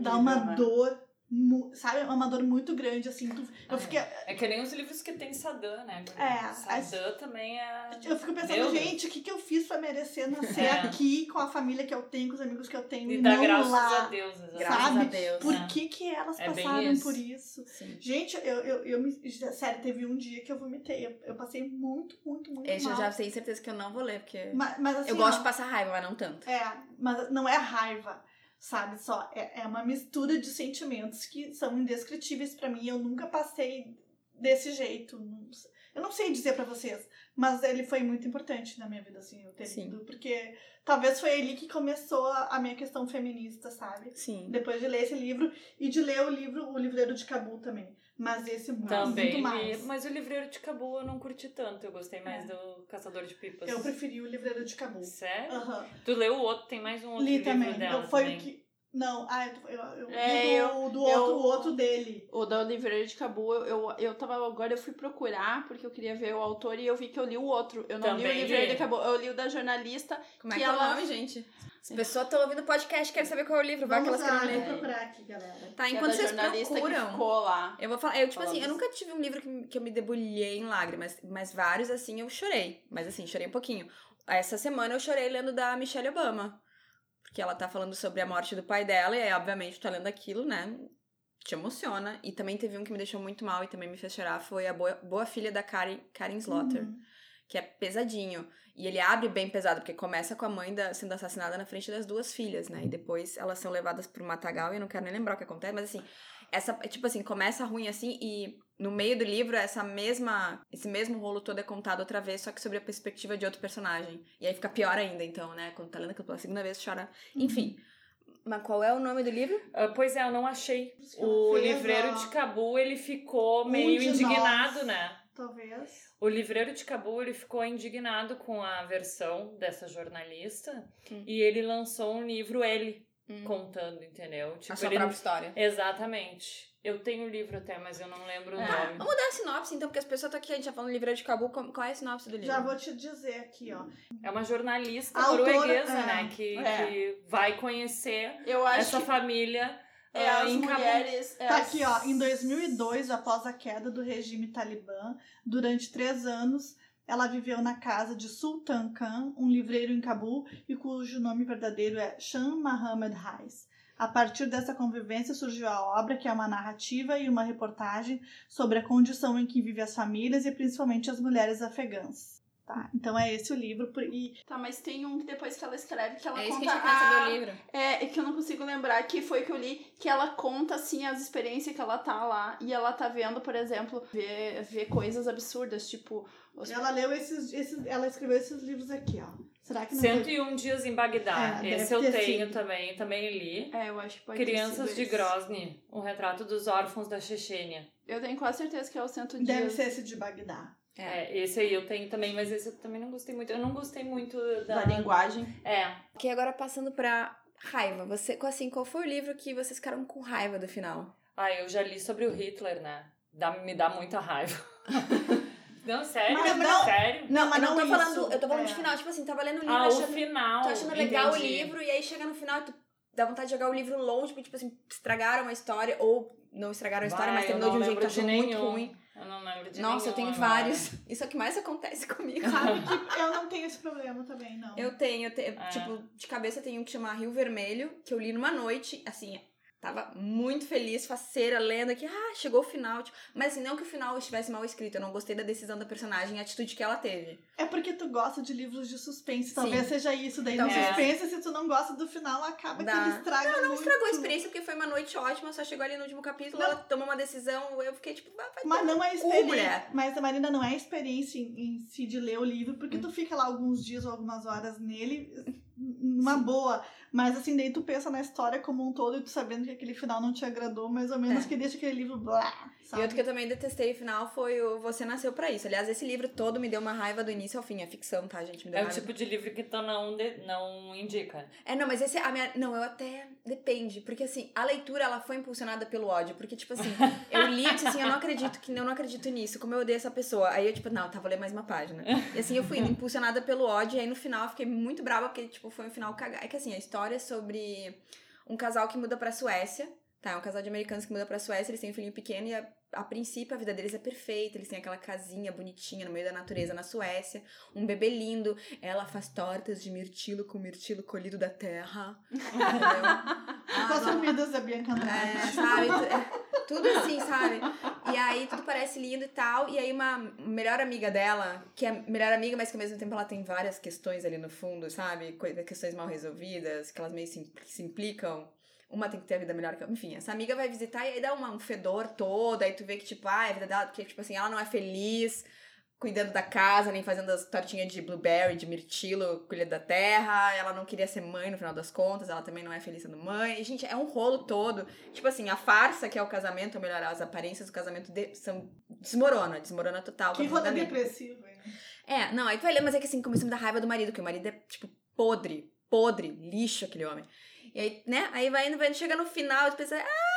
Speaker 3: Dá uma dor, mu- sabe? É Uma dor muito grande, assim. tu- eu,
Speaker 2: Ah,
Speaker 3: fiquei,
Speaker 2: É que nem os livros que tem Sadã, né?
Speaker 3: É,
Speaker 2: Sadã também é.
Speaker 3: eu fico pensando,
Speaker 2: Meu Deus.
Speaker 3: gente, o que, que eu fiz pra merecer nascer
Speaker 2: É.
Speaker 3: aqui com a família que eu tenho, com os amigos que eu tenho, e
Speaker 2: E dá
Speaker 3: não
Speaker 2: graças a
Speaker 3: lá?
Speaker 2: Deus, exatamente.
Speaker 1: Graças a
Speaker 3: sabe?
Speaker 1: Deus.
Speaker 3: Por
Speaker 2: né?
Speaker 3: que, que elas
Speaker 2: É bem
Speaker 3: passaram
Speaker 2: isso.
Speaker 3: por isso?
Speaker 1: Sim.
Speaker 3: Gente, eu, eu, eu me. Sério, teve um dia que eu vomitei. Eu, eu passei muito, muito, muito
Speaker 1: Esse eu
Speaker 3: mal.
Speaker 1: É, já tenho certeza que eu não vou ler, porque.
Speaker 3: Mas, mas, assim,
Speaker 1: eu gosto
Speaker 3: ó,
Speaker 1: de passar raiva, mas não tanto.
Speaker 3: É, mas não é raiva, sabe? Só é, é uma mistura de sentimentos que são indescritíveis pra mim. Eu nunca passei desse jeito. Não s- Eu não sei dizer pra vocês, mas ele foi muito importante na minha vida, assim, eu ter
Speaker 1: Sim.
Speaker 3: lido, porque talvez foi ele que começou a a minha questão feminista, sabe?
Speaker 1: Sim.
Speaker 3: Depois de ler esse livro e de ler o livro O Livreiro de Cabul também. Mas esse muito,
Speaker 2: Também
Speaker 3: muito
Speaker 2: li,
Speaker 3: mais. É.
Speaker 2: mas o livreiro de Cabu eu não curti tanto. Eu gostei mais do Caçador de Pipas.
Speaker 3: Eu preferi o Livreiro de Cabul.
Speaker 2: Sério?
Speaker 3: Aham.
Speaker 2: Tu leu o outro, tem mais um outro
Speaker 3: Li
Speaker 2: livro
Speaker 3: também.
Speaker 2: dela.
Speaker 3: Eu- foi
Speaker 2: também.
Speaker 3: o que. Não, ah, eu, eu, eu
Speaker 4: É,
Speaker 3: li do, do
Speaker 4: eu-
Speaker 3: outro, o outro dele.
Speaker 4: O da Livreiro de Cabu, eu, eu, eu tava agora, eu fui procurar, porque eu queria ver o autor e eu vi que eu li o outro. Eu não li
Speaker 2: Também
Speaker 4: o
Speaker 2: li.
Speaker 4: Livreiro de Cabu, eu li o da jornalista.
Speaker 1: Como é
Speaker 4: Que
Speaker 1: que é o
Speaker 4: ela-
Speaker 1: nome, gente? As pessoas estão ouvindo podcast, querem saber qual é o livro, vai que
Speaker 3: é. Vamos
Speaker 1: elas
Speaker 3: lá, né?
Speaker 1: querem
Speaker 3: vou
Speaker 1: ler.
Speaker 3: procurar aqui, galera.
Speaker 1: Tá,
Speaker 4: que é
Speaker 1: enquanto
Speaker 4: da
Speaker 1: vocês
Speaker 4: jornalista que
Speaker 1: procuram.
Speaker 4: ficou lá.
Speaker 1: Eu vou falar, eu, tipo assim, eu
Speaker 4: Falamos.
Speaker 1: nunca tive um livro que, que eu me debulhei em lágrimas, mas vários, assim, eu chorei. Mas, assim, chorei um pouquinho. Essa semana eu chorei lendo da Michelle Obama, porque ela tá falando sobre a morte do pai dela, e aí, obviamente, tu tá lendo aquilo, né? Te emociona. E também teve um que me deixou muito mal e também me fez chorar, foi a Boa, Boa Filha da Karen, Karen Slaughter
Speaker 3: Uhum.
Speaker 1: que é pesadinho. E ele abre bem pesado, porque começa com a mãe da- sendo assassinada na frente das duas filhas, né? E depois elas são levadas pro matagal e eu não quero nem lembrar o que acontece, mas assim, essa, tipo assim, começa ruim assim e no meio do livro essa mesma, esse mesmo rolo todo é contado outra vez, só que sobre a perspectiva de outro personagem. E aí fica pior ainda, então, né? Quando tá lendo aquilo pela segunda vez, chora.
Speaker 3: Uhum.
Speaker 1: Enfim. Mas qual é o nome do livro?
Speaker 2: Ah, pois é, eu não achei.
Speaker 3: Isso que
Speaker 2: O
Speaker 3: ela fez,
Speaker 2: livreiro
Speaker 3: ó.
Speaker 2: de Cabu, ele ficou
Speaker 3: Um
Speaker 2: meio
Speaker 3: de
Speaker 2: indignado,
Speaker 3: nós.
Speaker 2: né?
Speaker 3: Talvez.
Speaker 2: O livreiro de Cabu ele ficou indignado com a versão dessa jornalista
Speaker 1: Hum.
Speaker 2: e ele lançou um livro ele contando, entendeu? Tipo,
Speaker 3: Tipo,
Speaker 1: a sua
Speaker 2: ele-
Speaker 1: própria história.
Speaker 2: Exatamente. Eu tenho o livro até, mas eu não lembro
Speaker 4: É.
Speaker 2: o nome.
Speaker 1: Vamos dar a sinopse, então, porque as pessoas estão aqui, a gente já falando livreiro de Cabu, qual qual é a sinopse do livro?
Speaker 3: Já vou te dizer aqui, ó.
Speaker 2: É uma jornalista
Speaker 3: A autora-
Speaker 2: norueguesa,
Speaker 3: é,
Speaker 2: né? Que,
Speaker 4: é.
Speaker 2: que vai conhecer
Speaker 4: Eu acho
Speaker 2: essa
Speaker 4: que
Speaker 2: família
Speaker 4: é
Speaker 2: ah,
Speaker 4: as
Speaker 2: em Cabul.
Speaker 4: mulheres... é
Speaker 3: Tá
Speaker 4: as-
Speaker 3: aqui, ó. Em 2002, após a queda do regime talibã, durante três anos, ela viveu na casa de Sultan Khan, um livreiro em Cabul, e cujo nome verdadeiro é Shah Mohammed Reis. A partir dessa convivência surgiu a obra, que é uma narrativa e uma reportagem sobre a condição em que vivem as famílias e principalmente as mulheres afegãs. Tá? Então é esse o livro. por- E
Speaker 4: Tá, mas tem um que depois que ela escreve, que ela
Speaker 1: É isso
Speaker 4: conta...
Speaker 1: que a gente quer saber
Speaker 4: a-
Speaker 3: Ah!
Speaker 1: do livro.
Speaker 4: É, é que eu não consigo lembrar, que foi que eu li, que ela conta, assim, as experiências que ela tá lá. E ela tá vendo, por exemplo, ver, ver coisas absurdas, tipo... os-
Speaker 3: ela leu esses, esses. Ela escreveu esses livros aqui, ó. Será que não foi-
Speaker 2: 101 dias em Bagdá.
Speaker 3: É,
Speaker 2: Esse
Speaker 3: deve
Speaker 2: eu
Speaker 3: ter
Speaker 2: tenho
Speaker 3: sido.
Speaker 2: também, também li.
Speaker 4: É, eu acho que pode ter
Speaker 2: Crianças
Speaker 4: sido
Speaker 2: de
Speaker 4: esse.
Speaker 2: Grozny, um retrato dos órfãos da Chechênia.
Speaker 4: Eu tenho quase certeza que é o Cento
Speaker 3: Deve
Speaker 4: Dias.
Speaker 3: ser esse de Bagdá.
Speaker 1: É.
Speaker 2: É, esse aí eu tenho também, mas esse eu também não gostei muito. Eu não gostei muito da,
Speaker 4: Da linguagem.
Speaker 2: É.
Speaker 1: Ok, agora passando pra raiva. Você, qual- assim, qual foi o livro que vocês ficaram com raiva do final?
Speaker 2: Ah, eu já li sobre o Hitler, né? Dá, me dá muita raiva. não, sério?
Speaker 3: Mas não-
Speaker 2: sério?
Speaker 3: Não, mas
Speaker 1: eu não,
Speaker 3: não
Speaker 1: tô
Speaker 3: isso.
Speaker 1: falando, eu tô falando de
Speaker 3: É.
Speaker 1: final, tipo assim, tava lendo o livro,
Speaker 2: Ah, o
Speaker 1: achando,
Speaker 2: final.
Speaker 1: tô achando legal o
Speaker 2: entendi.
Speaker 1: livro, e aí chega no final e tu dá vontade de jogar o livro longe, porque, tipo assim, estragaram a história, ou não estragaram a história,
Speaker 2: Vai,
Speaker 1: mas
Speaker 2: eu
Speaker 1: terminou de
Speaker 2: não
Speaker 1: um jeito que
Speaker 2: lembro
Speaker 1: eu achou
Speaker 2: de
Speaker 1: muito
Speaker 2: nenhum.
Speaker 1: ruim.
Speaker 2: Eu não lembro lembro de
Speaker 1: Nossa, eu
Speaker 2: nenhum
Speaker 1: tenho
Speaker 2: agora.
Speaker 1: vários. Isso é o que mais acontece comigo.
Speaker 3: Sabe que eu não tenho esse problema também, não.
Speaker 1: Eu tenho, eu te-
Speaker 2: É.
Speaker 1: tipo, de cabeça tem um que chama Rio Vermelho, que eu li numa noite, assim, tava muito feliz, faceira, lendo que, ah, chegou o final. tipo, mas assim, não que o final estivesse mal escrito, eu não gostei da decisão da personagem, a atitude que ela teve.
Speaker 3: É porque tu gosta de livros de suspense.
Speaker 1: Sim.
Speaker 3: Talvez seja isso. Daí no
Speaker 1: Talvez.
Speaker 3: suspense, se tu não gosta do final, acaba que
Speaker 1: Dá.
Speaker 3: ele estraga. Não, não
Speaker 1: Estragou a experiência porque foi uma noite ótima, só chegou ali no último capítulo,
Speaker 3: Não.
Speaker 1: ela tomou uma decisão, eu fiquei tipo, ah, vai
Speaker 3: Mas
Speaker 1: tomar
Speaker 3: não é
Speaker 1: cu,
Speaker 3: experiência.
Speaker 1: mulher.
Speaker 3: Mas, Marina, não é a experiência em, em si de ler o livro, porque tu fica lá alguns dias ou algumas horas nele, numa boa. Mas assim, daí tu pensa na história como um todo e tu sabendo que aquele final não te agradou, mais ou menos
Speaker 1: É.
Speaker 3: que deixa aquele livro blá.
Speaker 1: E
Speaker 3: Sabe?
Speaker 1: outro que eu também detestei o final foi o Você Nasceu Pra Isso. Aliás, esse livro todo me deu uma raiva do início ao fim. É ficção, tá, gente? Me deu
Speaker 2: É o
Speaker 1: raiva.
Speaker 2: tipo de livro que tu não, de- não indica.
Speaker 1: É, não, mas esse. A minha... Não, eu até. Depende. Porque, assim, a leitura, ela foi impulsionada pelo ódio. Porque, tipo assim, eu li e disse assim, eu não acredito que. Eu não acredito nisso. Como eu odeio essa pessoa. Aí eu, tipo, não, tá, vou ler mais uma página. E assim, eu fui indo, impulsionada pelo ódio. E aí no final eu fiquei muito brava, porque, tipo, foi um final cagado. É que, assim, a história é sobre um casal que muda pra Suécia. Tá, é um casal de americanos que muda pra Suécia, eles têm um filhinho pequeno e a, a princípio a vida deles é perfeita, eles têm aquela casinha bonitinha no meio da natureza na Suécia, um bebê lindo, ela faz tortas de mirtilo com mirtilo colhido da terra. Entendeu?
Speaker 3: Com as
Speaker 1: Ah,
Speaker 3: comidas da Bianca Andrade.
Speaker 1: É, sabe? Tu- é, Tudo assim, sabe? E aí tudo parece lindo e tal. E aí uma melhor amiga dela, que é melhor amiga, mas que ao mesmo tempo ela tem várias questões ali no fundo, sabe? Coi- Questões mal resolvidas, que elas meio se, impl- se implicam. Uma tem que ter a vida melhor que a- Enfim, essa amiga vai visitar e aí dá uma- um fedor todo. Aí tu vê que, tipo, ah, a vida dela, que, tipo assim, ela não é feliz cuidando da casa, nem fazendo as tortinhas de blueberry, de mirtilo, colher da terra. Ela não queria ser mãe no final das contas, ela também não é feliz sendo mãe. E, gente, é um rolo todo. Tipo assim, a farsa que é o casamento, ou melhor, as aparências do casamento de- são desmorona, desmorona total.
Speaker 3: Que roda
Speaker 1: completamente.
Speaker 3: depressiva. hein?
Speaker 1: É, não, aí tu vai ler, mas é que assim, começou a me dar raiva do marido, que o marido é, tipo, podre, podre, lixo aquele homem. E aí, né, aí vai indo, vai indo, chega no final, tu pensa, ah!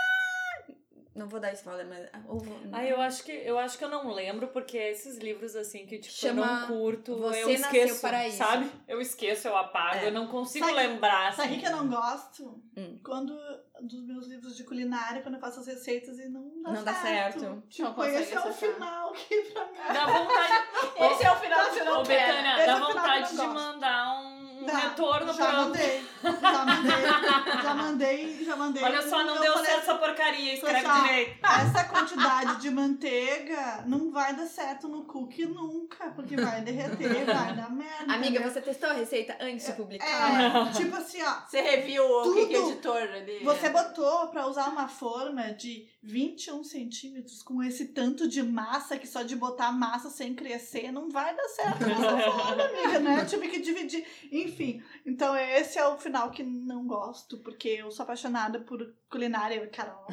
Speaker 1: Não vou dar spoiler, mas... Ou vou,
Speaker 2: Ah, eu acho que eu acho que eu não lembro, porque esses livros assim que tipo,
Speaker 1: Chama
Speaker 2: eu não curto,
Speaker 1: Você
Speaker 2: eu
Speaker 1: Nasceu
Speaker 2: esqueço.
Speaker 1: para Isso.
Speaker 2: Sabe? Eu esqueço, eu apago,
Speaker 1: É.
Speaker 2: eu não consigo
Speaker 3: Sabe-
Speaker 2: lembrar. assim.
Speaker 3: Sabe o que eu não gosto?
Speaker 1: Hum.
Speaker 3: Quando dos meus livros de culinária, quando eu faço as receitas e não dá
Speaker 1: Não dá certo.
Speaker 4: Não
Speaker 3: Tipo,
Speaker 4: consegue
Speaker 3: esse é o
Speaker 4: acertar.
Speaker 3: final que pra mim.
Speaker 2: Dá vontade,
Speaker 4: Esse é o final que você
Speaker 2: ô,
Speaker 4: não quer.
Speaker 2: Betânia,
Speaker 3: Esse é
Speaker 2: dá
Speaker 3: eu não
Speaker 2: vontade de
Speaker 3: gosto.
Speaker 2: mandar um um
Speaker 3: Dá.
Speaker 2: retorno
Speaker 3: Tá, já
Speaker 2: pra.
Speaker 3: mandei, já mandei, já mandei, já mandei. um
Speaker 2: Olha só, não
Speaker 3: Eu
Speaker 2: deu
Speaker 3: falei assim,
Speaker 2: certo essa porcaria, escreve
Speaker 3: Pessoal,
Speaker 2: direito.
Speaker 3: Essa quantidade de manteiga não vai dar certo no cookie nunca, porque vai derreter, vai dar merda.
Speaker 1: Amiga,
Speaker 3: entendeu?
Speaker 1: você testou a receita antes de publicar?
Speaker 3: É, tipo assim, ó.
Speaker 4: Você reviu o
Speaker 3: Tudo.
Speaker 4: que que é editor ali.
Speaker 3: Você botou pra usar uma forma de 21 centímetros com esse tanto de massa que só de botar a massa sem crescer não vai dar certo nessa forma, amiga, né? Eu tive que dividir. Enfim, então esse é o final que não gosto, porque eu sou apaixonada por culinária, eu e Carol.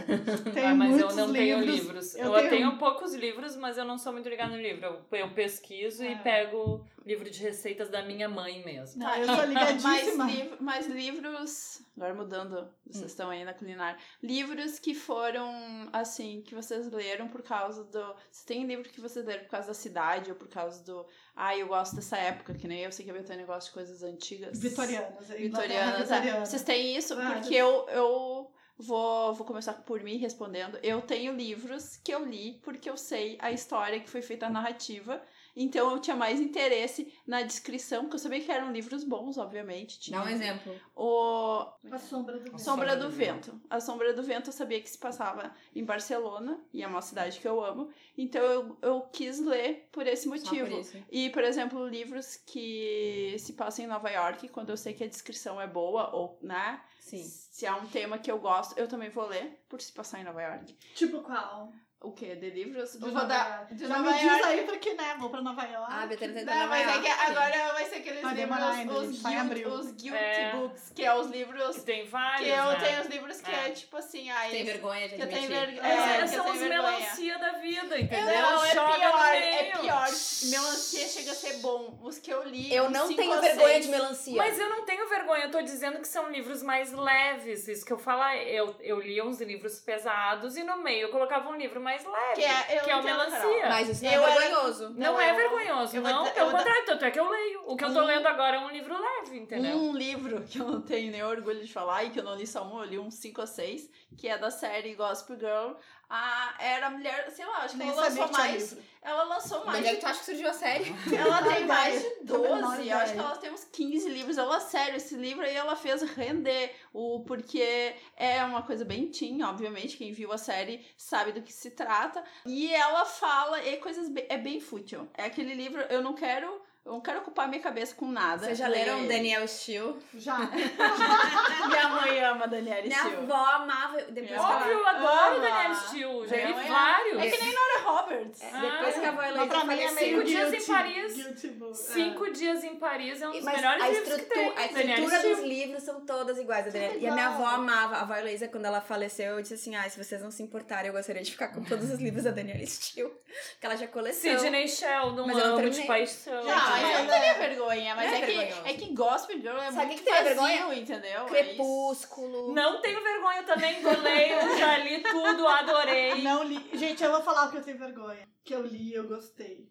Speaker 3: Tem
Speaker 2: Ah, mas eu
Speaker 3: muitos
Speaker 2: não tenho
Speaker 3: livros.
Speaker 2: livros.
Speaker 3: eu
Speaker 2: Eu,
Speaker 3: tenho-
Speaker 2: tenho... poucos livros, mas eu não sou muito ligada no livro. Eu, eu pesquiso
Speaker 3: É.
Speaker 2: e pego livro de receitas da minha mãe mesmo.
Speaker 3: Não,
Speaker 4: Ah,
Speaker 3: eu sou
Speaker 4: Tá. mais,
Speaker 3: ligadíssima.
Speaker 4: liv- mais livros. Agora mudando,
Speaker 2: Hum.
Speaker 4: vocês estão aí na culinária. Livros que foram, assim, que vocês leram por causa do. Se tem livro que vocês leram por causa da cidade ou por causa do. Ah, eu gosto dessa época, que nem eu sei que a Betânia gosta de coisas antigas.
Speaker 3: Vitorianas. Inglaterra
Speaker 4: Vitorianas. é.
Speaker 3: vitoriana.
Speaker 4: Vocês têm isso?
Speaker 3: Ah,
Speaker 4: Porque eu, eu vou, vou começar por mim respondendo. Eu tenho livros que eu li porque eu sei a história que foi feita a narrativa. Então eu tinha mais interesse na descrição, porque eu sabia que eram livros bons, obviamente. Tinha
Speaker 1: Dá um exemplo.
Speaker 4: O
Speaker 3: A sombra do vento.
Speaker 4: Sombra do Vento. A Sombra do Vento eu sabia que se passava em Barcelona, e é uma cidade que eu amo. Então eu, eu quis ler por esse
Speaker 1: Só por
Speaker 4: motivo.
Speaker 1: isso.
Speaker 4: E, por exemplo, livros que se passam em Nova York, quando eu sei que a descrição é boa, ou, né?
Speaker 1: Sim.
Speaker 4: Se é um tema que eu gosto, eu também vou ler, por se passar em Nova York.
Speaker 3: Tipo qual?
Speaker 4: O quê? De livros?
Speaker 3: De
Speaker 4: Eu vou
Speaker 3: Nova
Speaker 4: dar...
Speaker 3: York.
Speaker 4: de
Speaker 3: Já
Speaker 4: Nova
Speaker 3: me diz
Speaker 4: York.
Speaker 3: aí pra que, né? Vou pra Nova York.
Speaker 1: Ah, Betânia tá
Speaker 4: Não,
Speaker 1: dando
Speaker 4: mas é que
Speaker 1: maior.
Speaker 4: agora vai ser aqueles
Speaker 3: Vai
Speaker 4: livros,
Speaker 3: demorar ainda,
Speaker 4: os,
Speaker 3: gente, vai em
Speaker 4: guilt,
Speaker 3: abril.
Speaker 4: os guilty
Speaker 2: É.
Speaker 4: books, que é os livros...
Speaker 2: Que tem
Speaker 4: Que
Speaker 2: vários.
Speaker 4: eu
Speaker 2: né?
Speaker 4: tenho os livros que é,
Speaker 2: É.
Speaker 4: tipo assim, ah,
Speaker 1: Tem
Speaker 4: esse-
Speaker 1: vergonha de
Speaker 4: que eu
Speaker 1: admitir.
Speaker 4: tenho vergonha.
Speaker 2: É,
Speaker 4: É, que eu
Speaker 2: são
Speaker 4: tenho
Speaker 2: os
Speaker 4: vergonha.
Speaker 2: melancia da vida,
Speaker 4: Eu
Speaker 2: entendeu?
Speaker 4: não, é
Speaker 2: Joga
Speaker 4: pior,
Speaker 2: no meio.
Speaker 4: é pior. Melancia chega a ser bom. Os que eu li.
Speaker 1: Eu
Speaker 4: uns
Speaker 1: não
Speaker 4: cinco
Speaker 1: tenho
Speaker 4: ou
Speaker 1: vergonha
Speaker 4: seis.
Speaker 1: de melancia.
Speaker 2: Mas eu não tenho vergonha, eu tô dizendo que são livros mais leves. Isso que eu falo, eu, eu lia uns livros pesados e no meio eu colocava um livro mais leve,
Speaker 4: Que é- eu
Speaker 2: que é o
Speaker 4: entendo,
Speaker 2: melancia.
Speaker 1: Mas isso não é
Speaker 4: Eu era-
Speaker 1: vergonhoso.
Speaker 2: Não,
Speaker 4: Não,
Speaker 2: é
Speaker 4: eu-
Speaker 2: vergonhoso,
Speaker 4: eu vou
Speaker 2: não.
Speaker 4: dizer- eu
Speaker 2: Pelo
Speaker 4: vou dar-
Speaker 2: contrário, tanto é que eu leio. O que eu tô
Speaker 4: Um-
Speaker 2: lendo agora é um livro leve, entendeu?
Speaker 4: Um livro que eu não um tenho nem orgulho de falar e que eu não li só um, eu li uns cinco ou seis, que é da série Gospel Girl. a era mulher, sei lá, acho que
Speaker 3: Nem
Speaker 4: ela
Speaker 3: sabia
Speaker 4: lançou
Speaker 3: que tinha
Speaker 4: mais.
Speaker 3: livro.
Speaker 4: Ela lançou
Speaker 1: Mas
Speaker 4: mais.
Speaker 1: é que tu acha que surgiu a série?
Speaker 4: Ela tem
Speaker 3: Ai,
Speaker 4: mais
Speaker 3: velho,
Speaker 4: de
Speaker 3: tô com a menor
Speaker 4: 12, eu acho que
Speaker 3: ideia.
Speaker 4: ela tem uns 15 livros. Ela, sério, esse livro aí ela fez render, o porque é uma coisa bem teen, obviamente, quem viu a série sabe do que se trata. E ela fala, e coisas bem, é bem fútil. É aquele livro, eu não quero, eu não quero ocupar minha cabeça com nada.
Speaker 1: Vocês já
Speaker 4: Leia
Speaker 1: leram
Speaker 4: ele.
Speaker 1: Daniel Steele?
Speaker 3: Já.
Speaker 4: Minha mãe ama Daniele
Speaker 1: Minha
Speaker 4: Steele.
Speaker 1: avó amava. Depois que ela-
Speaker 2: Óbvio, eu adoro
Speaker 4: Ama.
Speaker 2: Daniel Steele. Já
Speaker 4: Não,
Speaker 2: li
Speaker 4: é-
Speaker 2: vários.
Speaker 4: É que nem Nora Roberts.
Speaker 1: É, Depois
Speaker 2: Ah,
Speaker 1: que a avó
Speaker 3: Mas
Speaker 1: Heloísa
Speaker 3: pra mim é
Speaker 1: faleceu.
Speaker 3: meio
Speaker 2: Cinco dias em
Speaker 3: guilty-
Speaker 2: Paris.
Speaker 3: guilty book.
Speaker 2: Cinco Dias em Paris é um dos
Speaker 1: Mas
Speaker 2: melhores
Speaker 1: a
Speaker 2: livros que tem.
Speaker 1: estrutura, a
Speaker 2: Daniel
Speaker 1: estrutura
Speaker 2: Steele.
Speaker 1: dos livros são todas iguais, a
Speaker 3: Que
Speaker 1: Daniela. E a minha avó
Speaker 3: legal.
Speaker 1: amava. A avó Heloísa, quando ela faleceu, eu disse assim: ah, se vocês não se importarem, eu gostaria de ficar com todos os livros da Daniela Steele. Que ela já colecionou.
Speaker 2: Sidney Sheldon,
Speaker 1: Mas eu não
Speaker 2: amo de
Speaker 1: terminei.
Speaker 2: paixão.
Speaker 4: Não, mas eu
Speaker 3: mas
Speaker 4: não teria vergonha, mas
Speaker 1: Não
Speaker 4: é,
Speaker 1: é vergonhoso.
Speaker 4: que, é que Gospel Girl é
Speaker 1: Sabe o
Speaker 4: muito
Speaker 1: que que teria
Speaker 4: vazio,
Speaker 1: vergonha?
Speaker 4: entendeu? É
Speaker 1: Crepúsculo.
Speaker 2: Não tenho vergonha também, eu leio, já li tudo, adorei.
Speaker 3: Não li. Gente, eu vou falar o que eu tenho vergonha. Que eu li e eu gostei.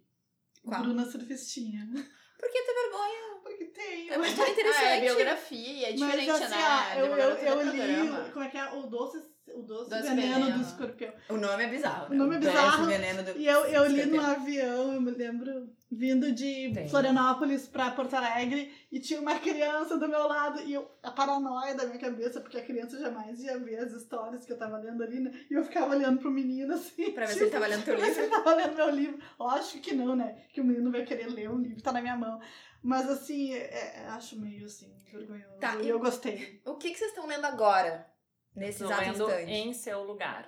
Speaker 1: Qual?
Speaker 3: Bruna Surfistinha. Ah,
Speaker 1: Por que ter vergonha?
Speaker 3: Porque tem.
Speaker 1: É uma história
Speaker 4: Mas... Ah, é
Speaker 1: interessante.
Speaker 4: biografia e é diferente,
Speaker 3: Mas, assim,
Speaker 4: né?
Speaker 3: ah, eu, eu,
Speaker 4: Demorou todo
Speaker 3: eu
Speaker 4: o
Speaker 3: li.
Speaker 4: programa.
Speaker 3: Como é que é? O doce, o doce,
Speaker 4: Doce
Speaker 3: veneno,
Speaker 4: Veneno.
Speaker 3: do escorpião.
Speaker 1: o nome é bizarro. né?
Speaker 3: O nome é
Speaker 1: Parece
Speaker 3: bizarro.
Speaker 1: o veneno do-
Speaker 3: E eu, eu li
Speaker 1: escorpião.
Speaker 3: no avião, eu me lembro, vindo de
Speaker 2: Tem.
Speaker 3: Florianópolis pra Porto Alegre, e tinha uma criança do meu lado, e eu, a paranoia da minha cabeça, porque a criança jamais ia ver as histórias que eu tava lendo ali, né? E eu ficava olhando pro menino assim.
Speaker 1: Pra ver se
Speaker 3: tipo,
Speaker 1: ele tava lendo teu
Speaker 3: Pra ver se
Speaker 1: livro.
Speaker 3: ele tava lendo meu livro. Lógico que não, né? Que o menino vai querer ler um livro, tá na minha mão. Mas assim, é- é- acho meio assim, vergonhoso.
Speaker 1: Tá,
Speaker 3: e
Speaker 1: e-
Speaker 3: eu gostei.
Speaker 1: O que, que vocês estão lendo agora? Nesse
Speaker 2: Tô
Speaker 1: exato
Speaker 2: lendo
Speaker 1: instante.
Speaker 2: Em Seu Lugar,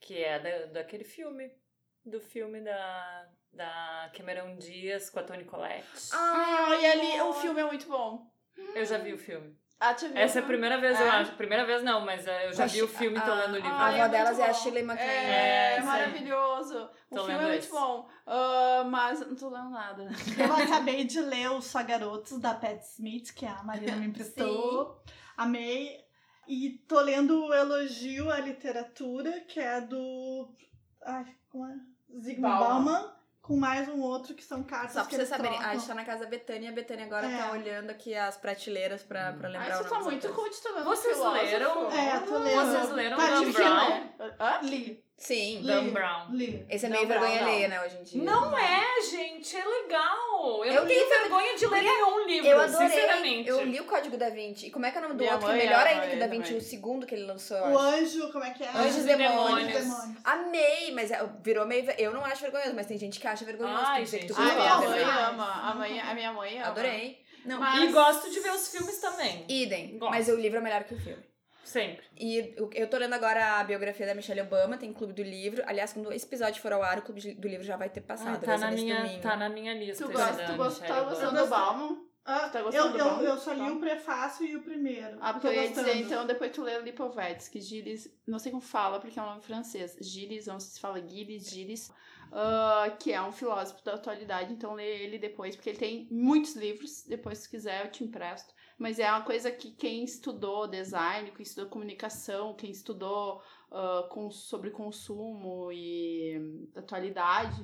Speaker 2: que é da, daquele filme, do filme da, da Cameron Diaz com a Toni Collette.
Speaker 4: Ah, e ali o
Speaker 1: amor.
Speaker 4: filme é muito bom.
Speaker 2: Eu já vi o filme.
Speaker 4: Ah, tu viu?
Speaker 2: Essa é a primeira vez, eu
Speaker 4: É.
Speaker 2: acho. Primeira vez não, mas é, eu já
Speaker 1: Mas
Speaker 2: vi o filme, tô
Speaker 1: a-
Speaker 2: lendo o livro.
Speaker 1: a
Speaker 4: Ah,
Speaker 1: avó
Speaker 4: é
Speaker 1: delas
Speaker 4: muito
Speaker 1: é a
Speaker 4: bom.
Speaker 1: Shirley MacLaine.
Speaker 4: É,
Speaker 2: É, isso aí.
Speaker 4: maravilhoso. O
Speaker 2: Tô
Speaker 4: filme é
Speaker 2: lendo
Speaker 4: muito
Speaker 2: esse.
Speaker 4: bom. Ah, mas eu não tô lendo nada.
Speaker 3: Eu acabei de ler o Só Garotos da Pat Smith, que a Marina me emprestou. Amei. E tô lendo o Elogio à Literatura, que é do. Ai, como é? Zygmunt
Speaker 4: Bauman.
Speaker 3: Bauman, com mais um outro que são cartas.
Speaker 1: Só pra
Speaker 3: que
Speaker 1: vocês
Speaker 3: eles
Speaker 1: saberem, a
Speaker 3: trocam.
Speaker 1: gente tá na casa da Betânia e a Betânia agora
Speaker 3: É.
Speaker 1: tá olhando aqui as prateleiras pra, pra
Speaker 4: Ai,
Speaker 1: lembrar
Speaker 4: você
Speaker 1: o
Speaker 4: tá
Speaker 1: nome.
Speaker 4: muito cult também.
Speaker 2: Vocês leram?
Speaker 3: É, tô lendo. Tá
Speaker 2: Vocês leram
Speaker 3: Mas
Speaker 2: Dan
Speaker 3: tive que
Speaker 2: Brown?
Speaker 3: ler.
Speaker 4: Hã?
Speaker 3: Li,
Speaker 1: Sim.
Speaker 3: Lê.
Speaker 2: Dan Brown.
Speaker 3: li.
Speaker 1: Esse é
Speaker 4: Não,
Speaker 1: meio
Speaker 4: não,
Speaker 1: vergonha
Speaker 4: não.
Speaker 1: alheia, né, hoje em dia.
Speaker 2: Não é, gente, é legal. Eu,
Speaker 1: Eu
Speaker 2: não tenho
Speaker 1: li-
Speaker 2: vergonha de ler nenhum livro,
Speaker 1: Eu adorei.
Speaker 2: sinceramente.
Speaker 1: Eu li o Código da Vinci. E como é que é o nome do
Speaker 4: Minha
Speaker 1: outro?
Speaker 4: mãe
Speaker 1: Melhor
Speaker 4: ama
Speaker 1: ainda que o da
Speaker 4: ele
Speaker 1: Vinci,
Speaker 4: também.
Speaker 1: o segundo que ele lançou, eu
Speaker 3: O
Speaker 1: acho.
Speaker 3: anjo, como é que é?
Speaker 1: Anjos e
Speaker 2: e
Speaker 1: Demônios.
Speaker 2: Demônios.
Speaker 1: Amei, mas é- virou meio. ver- Eu não acho vergonhoso, mas tem gente que acha vergonhoso.
Speaker 2: Ai,
Speaker 1: tu dizer que tu
Speaker 2: gente,
Speaker 4: A
Speaker 1: gosta,
Speaker 4: minha
Speaker 3: Não,
Speaker 4: mãe
Speaker 1: né?
Speaker 3: não.
Speaker 4: ama. A, mãe, a minha mãe ama.
Speaker 1: Adorei. Não,
Speaker 4: Mas-
Speaker 2: E gosto de ver os filmes também.
Speaker 1: idem.
Speaker 2: Gosto.
Speaker 1: Mas o livro é melhor que o filme.
Speaker 2: Sempre.
Speaker 1: E eu- eu tô lendo agora a biografia da Michelle Obama, tem Clube do Livro. Aliás, quando esse episódio for ao ar, o Clube de- do Livro já vai ter passado.
Speaker 2: tá,
Speaker 1: vai ser
Speaker 2: na
Speaker 1: nesse
Speaker 2: minha,
Speaker 1: domingo.
Speaker 2: tá na minha lista.
Speaker 4: Tu
Speaker 2: esse
Speaker 4: gosta,
Speaker 2: da
Speaker 4: tu gosta, tá
Speaker 2: Michelle
Speaker 4: gostando
Speaker 2: Obama.
Speaker 4: do Bauman?
Speaker 3: Ah,
Speaker 4: Tá
Speaker 3: eu,
Speaker 4: gostando do
Speaker 3: eu,
Speaker 4: Bauman?
Speaker 3: eu só li o prefácio e o primeiro.
Speaker 4: Ah, porque
Speaker 3: Tô
Speaker 4: eu ia
Speaker 3: gostando.
Speaker 4: dizer, então, depois tu lê o Lipovetsky, Gilles, não sei como fala, porque é um nome francês, Gilles, não sei se fala Gilles, Gilles, ah, que é um filósofo da atualidade, então lê ele depois, porque ele tem muitos livros, depois se quiser eu te empresto, mas é uma coisa que quem estudou design, quem estudou comunicação, quem estudou ah, com- sobre consumo e hum, atualidade...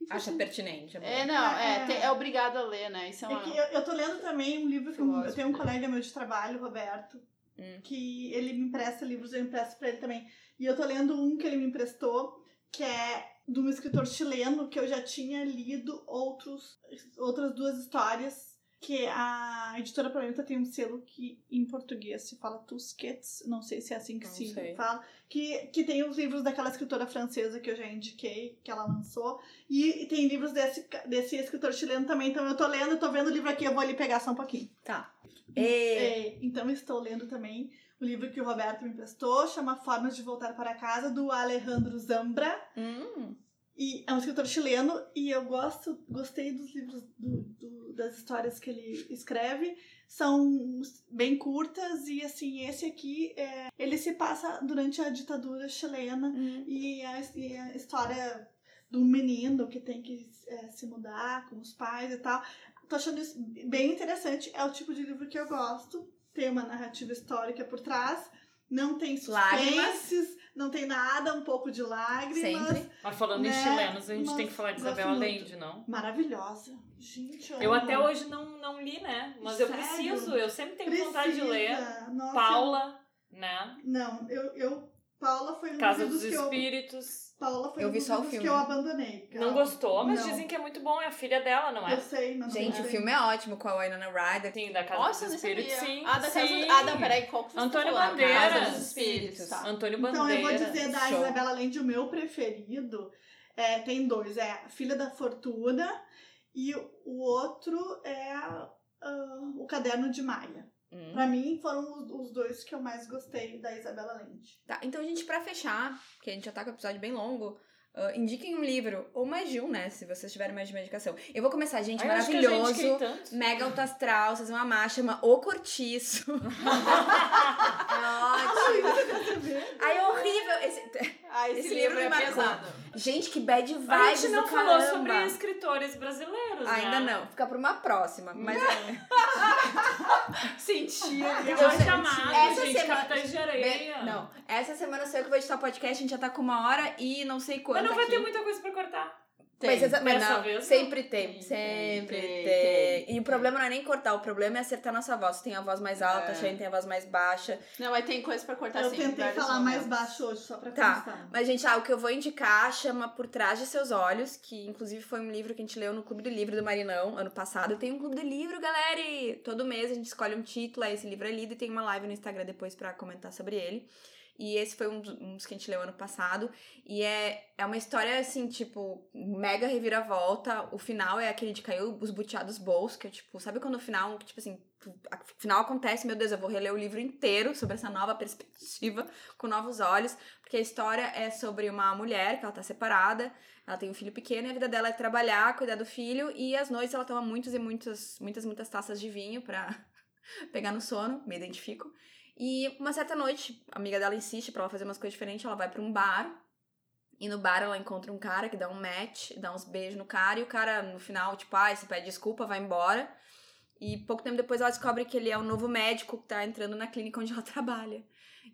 Speaker 4: enfim,
Speaker 1: Acha pertinente. amor.
Speaker 4: é, não, é,
Speaker 3: É.
Speaker 4: te- é obrigado a ler, né? Isso é
Speaker 3: É
Speaker 4: uma...
Speaker 3: que eu, eu tô lendo também um livro que um, eu
Speaker 4: Filósofo,
Speaker 3: tenho um
Speaker 4: né?
Speaker 3: colega meu de trabalho, Roberto,
Speaker 1: Hum.
Speaker 3: que ele me empresta livros, eu empresto pra ele também. E eu tô lendo um que ele me emprestou, que é de um escritor chileno, que eu já tinha lido outros, outras duas histórias, que é a editora Planeta tem um selo que em português se fala Tusquets, não sei se é assim que
Speaker 1: Não
Speaker 3: se
Speaker 1: sei.
Speaker 3: fala, que, que tem os livros daquela escritora francesa que eu já indiquei, que ela lançou. E, e tem livros desse, ca- desse escritor chileno também, então eu tô lendo, eu tô vendo o livro aqui, eu vou ali pegar só um pouquinho.
Speaker 1: Tá. E...
Speaker 3: É, então estou lendo também o livro que o Roberto me emprestou, chama Formas de Voltar para Casa, do Alejandro Zambra.
Speaker 1: Hum.
Speaker 3: E é um escritor chileno e eu gosto, gostei dos livros do- do- das histórias que ele escreve. São bem curtas e assim, esse aqui é, ele se passa durante a ditadura chilena e a, e a história de um menino que tem que é, se mudar com os pais e tal. Tô achando isso bem interessante. É o tipo de livro que eu gosto. Tem uma narrativa histórica por trás. Não tem
Speaker 1: Lágrimas.
Speaker 3: suspenses, não tem nada, um pouco de lágrimas.
Speaker 1: Sempre.
Speaker 2: Mas falando em
Speaker 3: Né?
Speaker 2: chilenos, a gente
Speaker 3: Mas
Speaker 2: tem que falar de
Speaker 3: gosto
Speaker 2: Isabel
Speaker 3: muito.
Speaker 2: Allende, não?
Speaker 3: Maravilhosa. Gente,
Speaker 2: Eu
Speaker 3: olha.
Speaker 2: até hoje não, não li, né? Mas eu
Speaker 3: Sério?
Speaker 2: preciso, eu sempre tenho
Speaker 3: Precisa.
Speaker 2: vontade de ler.
Speaker 3: Nossa,
Speaker 2: Paula, né?
Speaker 3: eu- Não, eu, eu Paula foi um
Speaker 2: Casa
Speaker 3: dos
Speaker 2: dos
Speaker 3: livros que eu...
Speaker 2: Espíritos.
Speaker 3: Paula foi
Speaker 1: Eu
Speaker 3: um
Speaker 1: vi
Speaker 3: dos
Speaker 1: só o
Speaker 3: livros que
Speaker 1: filme.
Speaker 3: eu abandonei. cara.
Speaker 2: Não gostou, mas
Speaker 3: Não.
Speaker 2: dizem que é muito bom. É a filha dela, não é?
Speaker 3: Eu sei, mas
Speaker 1: Gente,
Speaker 3: não
Speaker 1: o filme é ótimo com a Winona Ryder.
Speaker 2: Sim, da Casa
Speaker 4: Nossa, eu
Speaker 2: dos
Speaker 4: nem
Speaker 2: Espíritos.
Speaker 4: sabia.
Speaker 2: Sim,
Speaker 4: Ah, da
Speaker 2: sim.
Speaker 4: Casa... ah, não, peraí, qual que você tá
Speaker 2: Antônio
Speaker 4: falando?
Speaker 2: Bandeiras.
Speaker 4: Casa dos Espíritos, tá.
Speaker 1: é
Speaker 2: Antônio
Speaker 3: Então eu
Speaker 2: Bandeira.
Speaker 3: vou dizer da
Speaker 1: Show.
Speaker 3: Isabela, além de o meu preferido, é, tem dois. É a Filha da Fortuna e o outro é ah, O Caderno de Maia.
Speaker 2: Uhum.
Speaker 1: Hum.
Speaker 3: Pra mim, foram os, os dois que eu mais gostei da Isabela Lente.
Speaker 1: Tá, então, gente, pra fechar, que a gente já tá com o episódio bem longo, ah, indiquem um livro, ou mais de um, né? Se vocês tiverem mais de uma indicação. Eu vou começar, gente,
Speaker 2: Ai, eu acho que eu já indiquei
Speaker 1: maravilhoso.
Speaker 2: tanto.
Speaker 1: Mega Altastral, vocês vão amar, chama O Cortiço. é ótimo. Ai, é horrível. Esse...
Speaker 4: Ah, esse,
Speaker 1: Esse livro
Speaker 4: livro,
Speaker 1: me
Speaker 4: é
Speaker 1: marcou.
Speaker 4: pesado.
Speaker 1: Gente, que bad vibes
Speaker 2: A gente não
Speaker 1: do
Speaker 2: falou
Speaker 1: caramba.
Speaker 2: sobre escritores brasileiros,
Speaker 1: Ainda
Speaker 2: né?
Speaker 1: não, fica pra uma próxima. Mas é.
Speaker 4: Sentia.
Speaker 2: Eu
Speaker 1: Eu
Speaker 2: acho
Speaker 1: senti.
Speaker 2: chamado,
Speaker 1: Essa
Speaker 2: né, gente,
Speaker 1: semana-
Speaker 2: Capitães de Areia.
Speaker 1: Bem, não, essa semana sou eu que vou editar o podcast, a gente já tá com uma hora e não sei quanto
Speaker 2: Mas não vai
Speaker 1: aqui.
Speaker 2: ter muita coisa pra cortar.
Speaker 1: Mas, essa- mas
Speaker 2: Dessa
Speaker 1: não,
Speaker 2: vez não.
Speaker 1: sempre tem,
Speaker 4: Tem,
Speaker 1: sempre
Speaker 4: tem,
Speaker 1: tem,
Speaker 4: tem.
Speaker 1: E o problema não é nem cortar, o problema é acertar nossa voz. Tem a voz mais alta,
Speaker 4: É.
Speaker 1: a Shane tem a voz mais baixa.
Speaker 4: Não, mas tem coisa pra
Speaker 2: Tá
Speaker 4: cortar
Speaker 3: eu
Speaker 4: sim.
Speaker 3: tentei
Speaker 4: vários
Speaker 3: falar
Speaker 2: né?
Speaker 3: mais
Speaker 4: momentos.
Speaker 3: baixo hoje, só pra
Speaker 1: Tá.
Speaker 3: constar.
Speaker 1: Mas, gente, ah, o que eu vou indicar chama Por Trás de Seus Olhos, que inclusive foi um livro que a gente leu no Clube do Livro do Marinão ano passado. Tem um Clube do Livro, galera! e Todo mês a gente escolhe um título, aí esse livro é lido e tem uma live no Instagram depois pra comentar sobre ele. E esse foi um dos, um dos que a gente leu ano passado. E é, é uma história, assim, tipo, mega reviravolta. O final é aquele de caiu os buteados bons, que é tipo, sabe quando o final, tipo assim, a- o final acontece, meu Deus, eu vou reler o livro inteiro sobre essa nova perspectiva, com novos olhos. Porque a história é sobre uma mulher que ela tá separada, ela tem um filho pequeno e a vida dela é trabalhar, cuidar do filho, e às noites ela toma muitos e muitos, muitas, muitas taças de vinho pra pegar no sono, me identifico. E uma certa noite, a amiga dela insiste pra ela fazer umas coisas diferentes, ela vai pra um bar. E no bar ela encontra um cara que dá um match, dá uns beijos no cara, e o cara no final, tipo, ai, se pede desculpa, vai embora. E pouco tempo depois ela descobre que ele é o novo médico que tá entrando na clínica onde ela trabalha.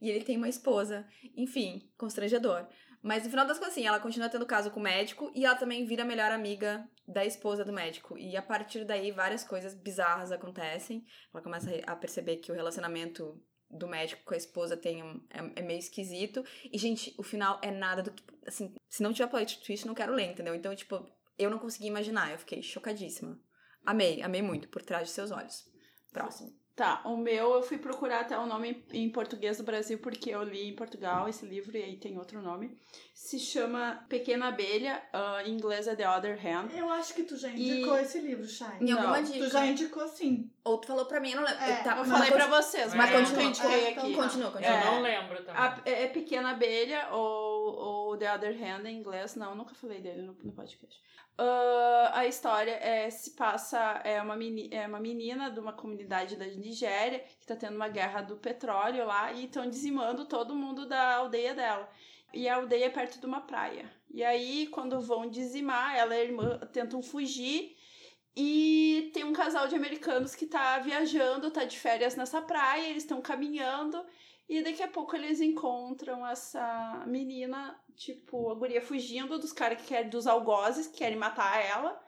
Speaker 1: E ele tem uma esposa. Enfim, constrangedor. Mas no final das contas, assim, ela continua tendo caso com o médico e ela também vira a melhor amiga da esposa do médico. E a partir daí, várias coisas bizarras acontecem. Ela começa a perceber que o relacionamento do médico com a esposa tem um- é, é meio esquisito. E, gente, o final é nada do que. Assim, se não tiver plot twist, não quero ler, entendeu? Então, tipo, eu não consegui imaginar. Eu fiquei chocadíssima. Amei, amei muito, por trás de seus olhos. Próximo.
Speaker 4: Tá, o meu eu fui procurar até o nome em português do Brasil, porque eu li em Portugal esse livro e aí tem outro nome. Se chama Pequena Abelha, ah, em inglês é The Other Hand.
Speaker 3: Eu acho que tu já indicou
Speaker 4: E-
Speaker 3: esse livro, Shai.
Speaker 1: Em alguma
Speaker 4: Não,
Speaker 1: dica.
Speaker 3: Tu já indicou sim.
Speaker 1: Ou tu falou pra mim, eu não lembro.
Speaker 3: É,
Speaker 1: Tá,
Speaker 4: Eu
Speaker 1: mas
Speaker 4: falei pra
Speaker 1: continua,
Speaker 4: vocês, mas
Speaker 2: É,
Speaker 4: eu nunca
Speaker 2: então-
Speaker 4: indiquei
Speaker 3: é, então
Speaker 4: aqui.
Speaker 1: Continua,
Speaker 2: Eu
Speaker 1: continua.
Speaker 4: É.
Speaker 2: não lembro também.
Speaker 4: A- é é Pequena Abelha ou, ou The Other Hand em inglês. Não, eu nunca falei dele no, no podcast. Ah, a história é, se passa. É uma, meni, é uma menina de uma comunidade da Nigéria que tá tendo uma guerra do petróleo lá e estão dizimando todo mundo da aldeia dela. E a aldeia é perto de uma praia. E aí, quando vão dizimar, ela e a irmã tentam fugir. E tem um casal de americanos que tá viajando, tá de férias nessa praia, eles estão caminhando e daqui a pouco eles encontram essa menina, tipo, a guria fugindo dos caras que querem, dos algozes, que querem matar ela,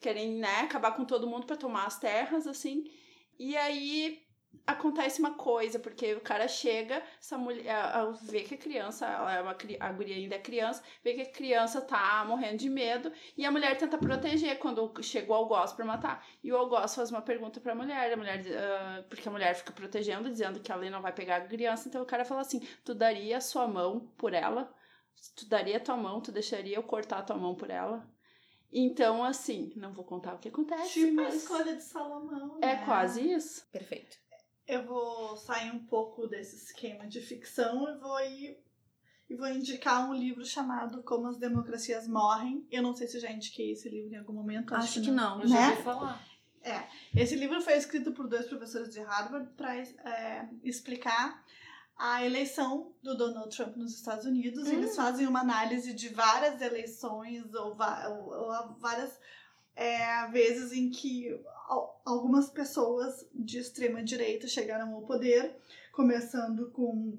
Speaker 4: querem, né, acabar com todo mundo pra tomar as terras, assim. E aí acontece uma coisa, porque o cara chega, essa mulher a- a- vê que a criança, ela é uma, cri- a guria ainda é criança, vê que a criança tá morrendo de medo, e a mulher tenta proteger quando chega o algoz pra matar. E o algoz faz uma pergunta pra mulher, a mulher ah, porque a mulher fica protegendo, dizendo que ela não vai pegar a criança, então o cara fala assim: tu daria a sua mão por ela? Tu daria a tua mão, tu deixaria eu cortar a tua mão por ela? Então, assim, não vou contar o que acontece,
Speaker 3: Tipo a
Speaker 4: É, mas
Speaker 3: escolha de Salomão.
Speaker 4: é
Speaker 3: né?
Speaker 4: quase isso.
Speaker 1: Perfeito.
Speaker 3: Eu vou sair um pouco desse esquema de ficção e vou ir. E vou indicar um livro chamado Como as Democracias Morrem. Eu não sei se eu já indiquei esse livro em algum momento.
Speaker 1: Acho, que não.
Speaker 2: Eu já
Speaker 3: né?
Speaker 2: ouvi falar.
Speaker 3: Esse livro foi escrito por dois professores de Harvard para explicar a eleição do Donald Trump nos Estados Unidos.
Speaker 1: Hum.
Speaker 3: Eles fazem uma análise de várias eleições ou, va- ou- ou várias é, vezes em que al- algumas pessoas de extrema direita chegaram ao poder, começando com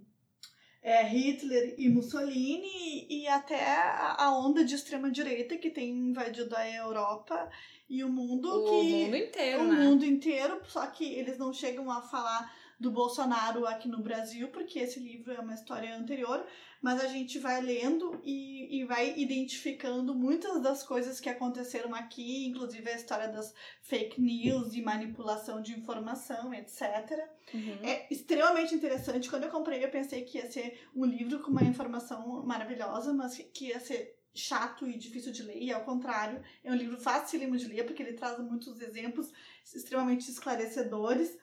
Speaker 3: é, Hitler e Mussolini e até a a onda de extrema direita que tem invadido a Europa e o mundo
Speaker 1: O
Speaker 3: que
Speaker 1: mundo inteiro,
Speaker 3: o
Speaker 1: né?
Speaker 3: mundo inteiro, só que eles não chegam a falar do Bolsonaro aqui no Brasil, porque esse livro é uma história anterior, mas a gente vai lendo e, e vai identificando muitas das coisas que aconteceram aqui, inclusive a história das fake news, de manipulação de informação, etc.
Speaker 1: Uhum.
Speaker 3: É extremamente interessante. Quando eu comprei, eu pensei que ia ser um livro com uma informação maravilhosa, mas que ia ser chato e difícil de ler, e ao contrário, é um livro facílimo de ler, porque ele traz muitos exemplos extremamente esclarecedores.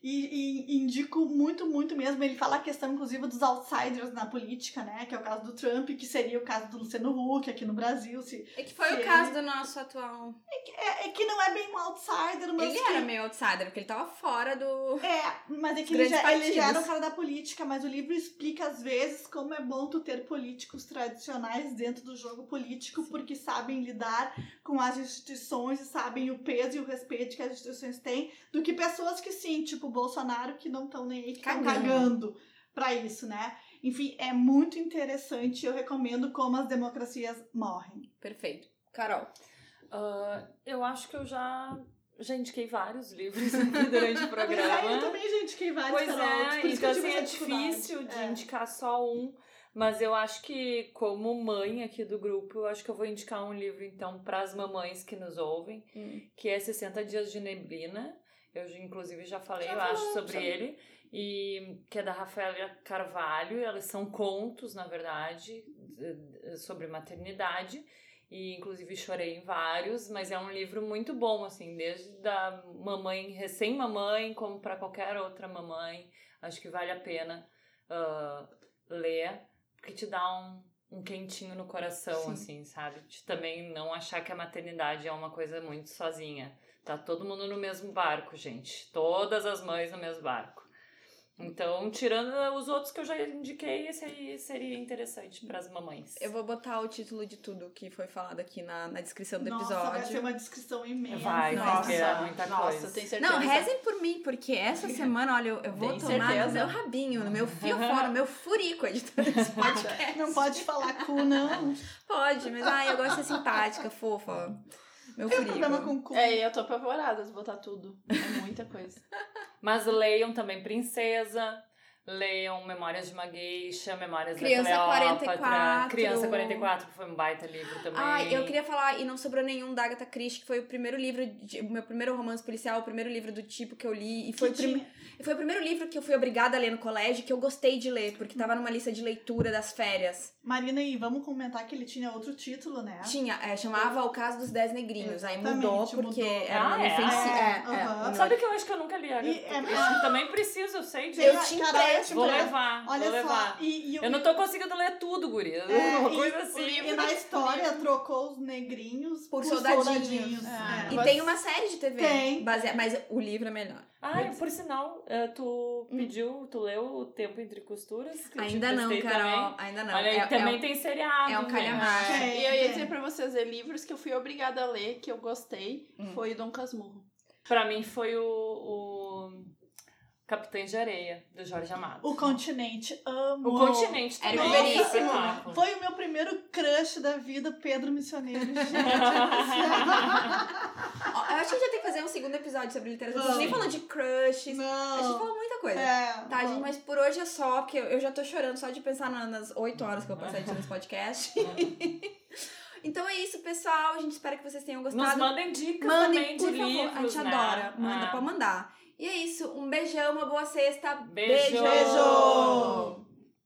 Speaker 3: E, e indico muito, muito mesmo. Ele fala a questão, inclusive, dos outsiders na política, né? Que é o caso do Trump, que seria o caso do Luciano Huck aqui no Brasil. Se...
Speaker 1: É que foi
Speaker 3: Sim.
Speaker 1: o caso do nosso atual.
Speaker 3: É, é que não é bem um outsider, mas
Speaker 1: Ele
Speaker 3: que...
Speaker 1: era meio outsider, porque ele tava fora do.
Speaker 3: É, mas é que ele
Speaker 1: Grandes
Speaker 3: já, ele já era
Speaker 1: partidos.
Speaker 3: um cara da política, mas o livro explica às vezes como é bom tu ter políticos tradicionais dentro do jogo político, porque sabem lidar com as instituições e sabem o peso e o respeito que as instituições têm, do que pessoas que sim, tipo o Bolsonaro, que não estão nem aí, que estão
Speaker 1: Cagando.
Speaker 3: cagando pra isso, né? Enfim, é muito interessante, eu recomendo como as democracias morrem.
Speaker 1: Perfeito. Carol.
Speaker 2: Ah, eu acho que eu já, já indiquei vários livros aqui durante o
Speaker 3: Pois é, eu
Speaker 2: programa.
Speaker 3: também já indiquei vários
Speaker 2: Tá Pois
Speaker 3: Carol,
Speaker 2: é,
Speaker 3: por isso que
Speaker 2: então
Speaker 3: eu
Speaker 2: assim,
Speaker 3: tive
Speaker 2: é
Speaker 3: essa dificuldade.
Speaker 2: difícil de
Speaker 3: É.
Speaker 2: indicar só um. Mas eu acho que, como mãe aqui do grupo, eu acho que eu vou indicar um livro, então, para as mamães que nos ouvem,
Speaker 3: Hum.
Speaker 2: que é 60 Dias de Neblina. Eu, inclusive, já falei,
Speaker 1: Já
Speaker 2: eu
Speaker 1: falou,
Speaker 2: acho, sobre
Speaker 1: sabe.
Speaker 2: ele. E que é da Rafaela Carvalho. Elas são contos, na verdade, eh, sobre maternidade. E, inclusive, chorei em vários. Mas é um livro muito bom, assim, desde da mamãe, recém-mamãe, como para qualquer outra mamãe. Acho que vale a pena ah, ler, porque te dá um, um quentinho no coração,
Speaker 3: Sim.
Speaker 2: assim, sabe? De também não achar que a maternidade é uma coisa muito sozinha. Tá todo mundo no mesmo barco, gente. Todas as mães no mesmo barco. Então, tirando os outros que eu já indiquei, esse aí seria interessante para as mamães.
Speaker 1: Eu vou botar o título de tudo que foi falado aqui na, na descrição do
Speaker 3: Nossa, vai ser um
Speaker 1: episódio.
Speaker 3: uma descrição imensa.
Speaker 2: Vai, vai
Speaker 1: Nossa.
Speaker 2: ter
Speaker 3: é
Speaker 2: muita
Speaker 4: Nossa,
Speaker 2: coisa.
Speaker 4: tem certeza.
Speaker 1: Não, rezem por mim, porque essa semana, olha, eu, eu vou
Speaker 4: Tem
Speaker 1: tomar no
Speaker 4: certeza.
Speaker 1: meu rabinho, no meu fiofó, no meu furico, editor desse podcast.
Speaker 3: Não pode falar cu, não.
Speaker 1: Pode, mas ai, eu gosto de ser simpática, fofa. Meu
Speaker 3: Tem problema
Speaker 1: furico.
Speaker 3: com cu.
Speaker 4: É, eu tô apavorada de botar tudo. É muita coisa.
Speaker 2: Mas leiam também Princesa, leiam Memórias de uma Gueixa, Memórias
Speaker 1: Criança
Speaker 2: da Cleópatra,
Speaker 1: 44.
Speaker 2: Criança 44, que foi um baita livro também.
Speaker 1: Ai, eu queria falar, e não sobrou nenhum da Agatha Christie, que foi o primeiro livro, de- o meu primeiro romance policial, o primeiro livro do tipo que eu li. E foi, o
Speaker 3: Que tinha-
Speaker 1: prime- e foi o primeiro livro que eu fui obrigada a ler no colégio, que eu gostei de ler, porque tava numa lista de leitura das férias.
Speaker 3: Marina, e vamos comentar que ele tinha outro título, né?
Speaker 1: Tinha, é, chamava O Caso dos Dez Negrinhos, aí
Speaker 3: Exatamente,
Speaker 1: mudou porque
Speaker 3: mudou.
Speaker 1: era uma
Speaker 2: Ah, é?
Speaker 1: ofensiva.
Speaker 3: Ah, é?
Speaker 1: é, é,
Speaker 3: Aham.
Speaker 1: não-
Speaker 2: Sabe que eu acho que eu nunca li, Agatha?
Speaker 3: E é-
Speaker 2: Eu também preciso, eu sei disso.
Speaker 1: Eu é. te
Speaker 3: Carol, eu te
Speaker 2: Vou
Speaker 3: empresto.
Speaker 2: levar,
Speaker 3: é Olha
Speaker 2: vou levar.
Speaker 3: só, e, e o-
Speaker 2: Eu não tô conseguindo ler tudo, guria.
Speaker 3: É,
Speaker 2: uma
Speaker 3: e
Speaker 2: coisa
Speaker 3: o
Speaker 2: assim.
Speaker 3: e na história trocou os negrinhos
Speaker 1: Por
Speaker 3: por,
Speaker 1: soldadinhos.
Speaker 3: soldadinhos.
Speaker 4: É.
Speaker 1: E
Speaker 4: Mas-
Speaker 1: tem uma série de TV.
Speaker 3: Tem.
Speaker 1: basea- mas o livro é melhor.
Speaker 2: Ah, por sinal, eh, tu pediu, tu leu o Tempo Entre Costuras? que eu te
Speaker 1: Hum. Ainda não,
Speaker 2: emprestei
Speaker 1: Carol.
Speaker 2: também.
Speaker 1: Ainda não.
Speaker 2: Olha, aí
Speaker 1: É- é
Speaker 2: também
Speaker 1: um-
Speaker 2: tem seriado.
Speaker 1: é um
Speaker 2: né?
Speaker 1: calhamaço.
Speaker 3: É,
Speaker 4: E eu ia
Speaker 3: é.
Speaker 4: dizer pra vocês, é, livros que eu fui obrigada a ler, que eu gostei,
Speaker 1: Hum.
Speaker 4: foi Dom Casmurro.
Speaker 2: Pra mim foi o, o Capitães de Areia, do Jorge Amado.
Speaker 3: O continente, amo.
Speaker 2: O continente é
Speaker 1: Era
Speaker 2: também.
Speaker 1: primeiríssimo.
Speaker 2: Nossa.
Speaker 3: Foi o meu primeiro crush da vida, Pedro Missioneiro. Gente, do
Speaker 1: Ó, Eu acho que a gente já tem que fazer um segundo episódio sobre literatura. A gente nem
Speaker 3: Vamos.
Speaker 1: falou de crushes.
Speaker 3: céu.
Speaker 1: A gente
Speaker 3: não.
Speaker 1: falou muita coisa.
Speaker 3: É,
Speaker 1: Tá, gente, mas por hoje é só, porque eu- eu já tô chorando só de pensar na- nas 8 horas que eu vou passar editando esse podcast.
Speaker 2: É.
Speaker 1: então é isso, pessoal. A gente espera que vocês tenham
Speaker 2: Nos
Speaker 1: gostado.
Speaker 2: mandem dicas também de
Speaker 1: por favor.
Speaker 2: livros,
Speaker 1: a gente
Speaker 2: né?
Speaker 1: adora. Manda,
Speaker 2: Ah.
Speaker 1: é pode mandar. E é isso. Um beijão, uma boa sexta.
Speaker 2: Beijo.
Speaker 3: Beijo.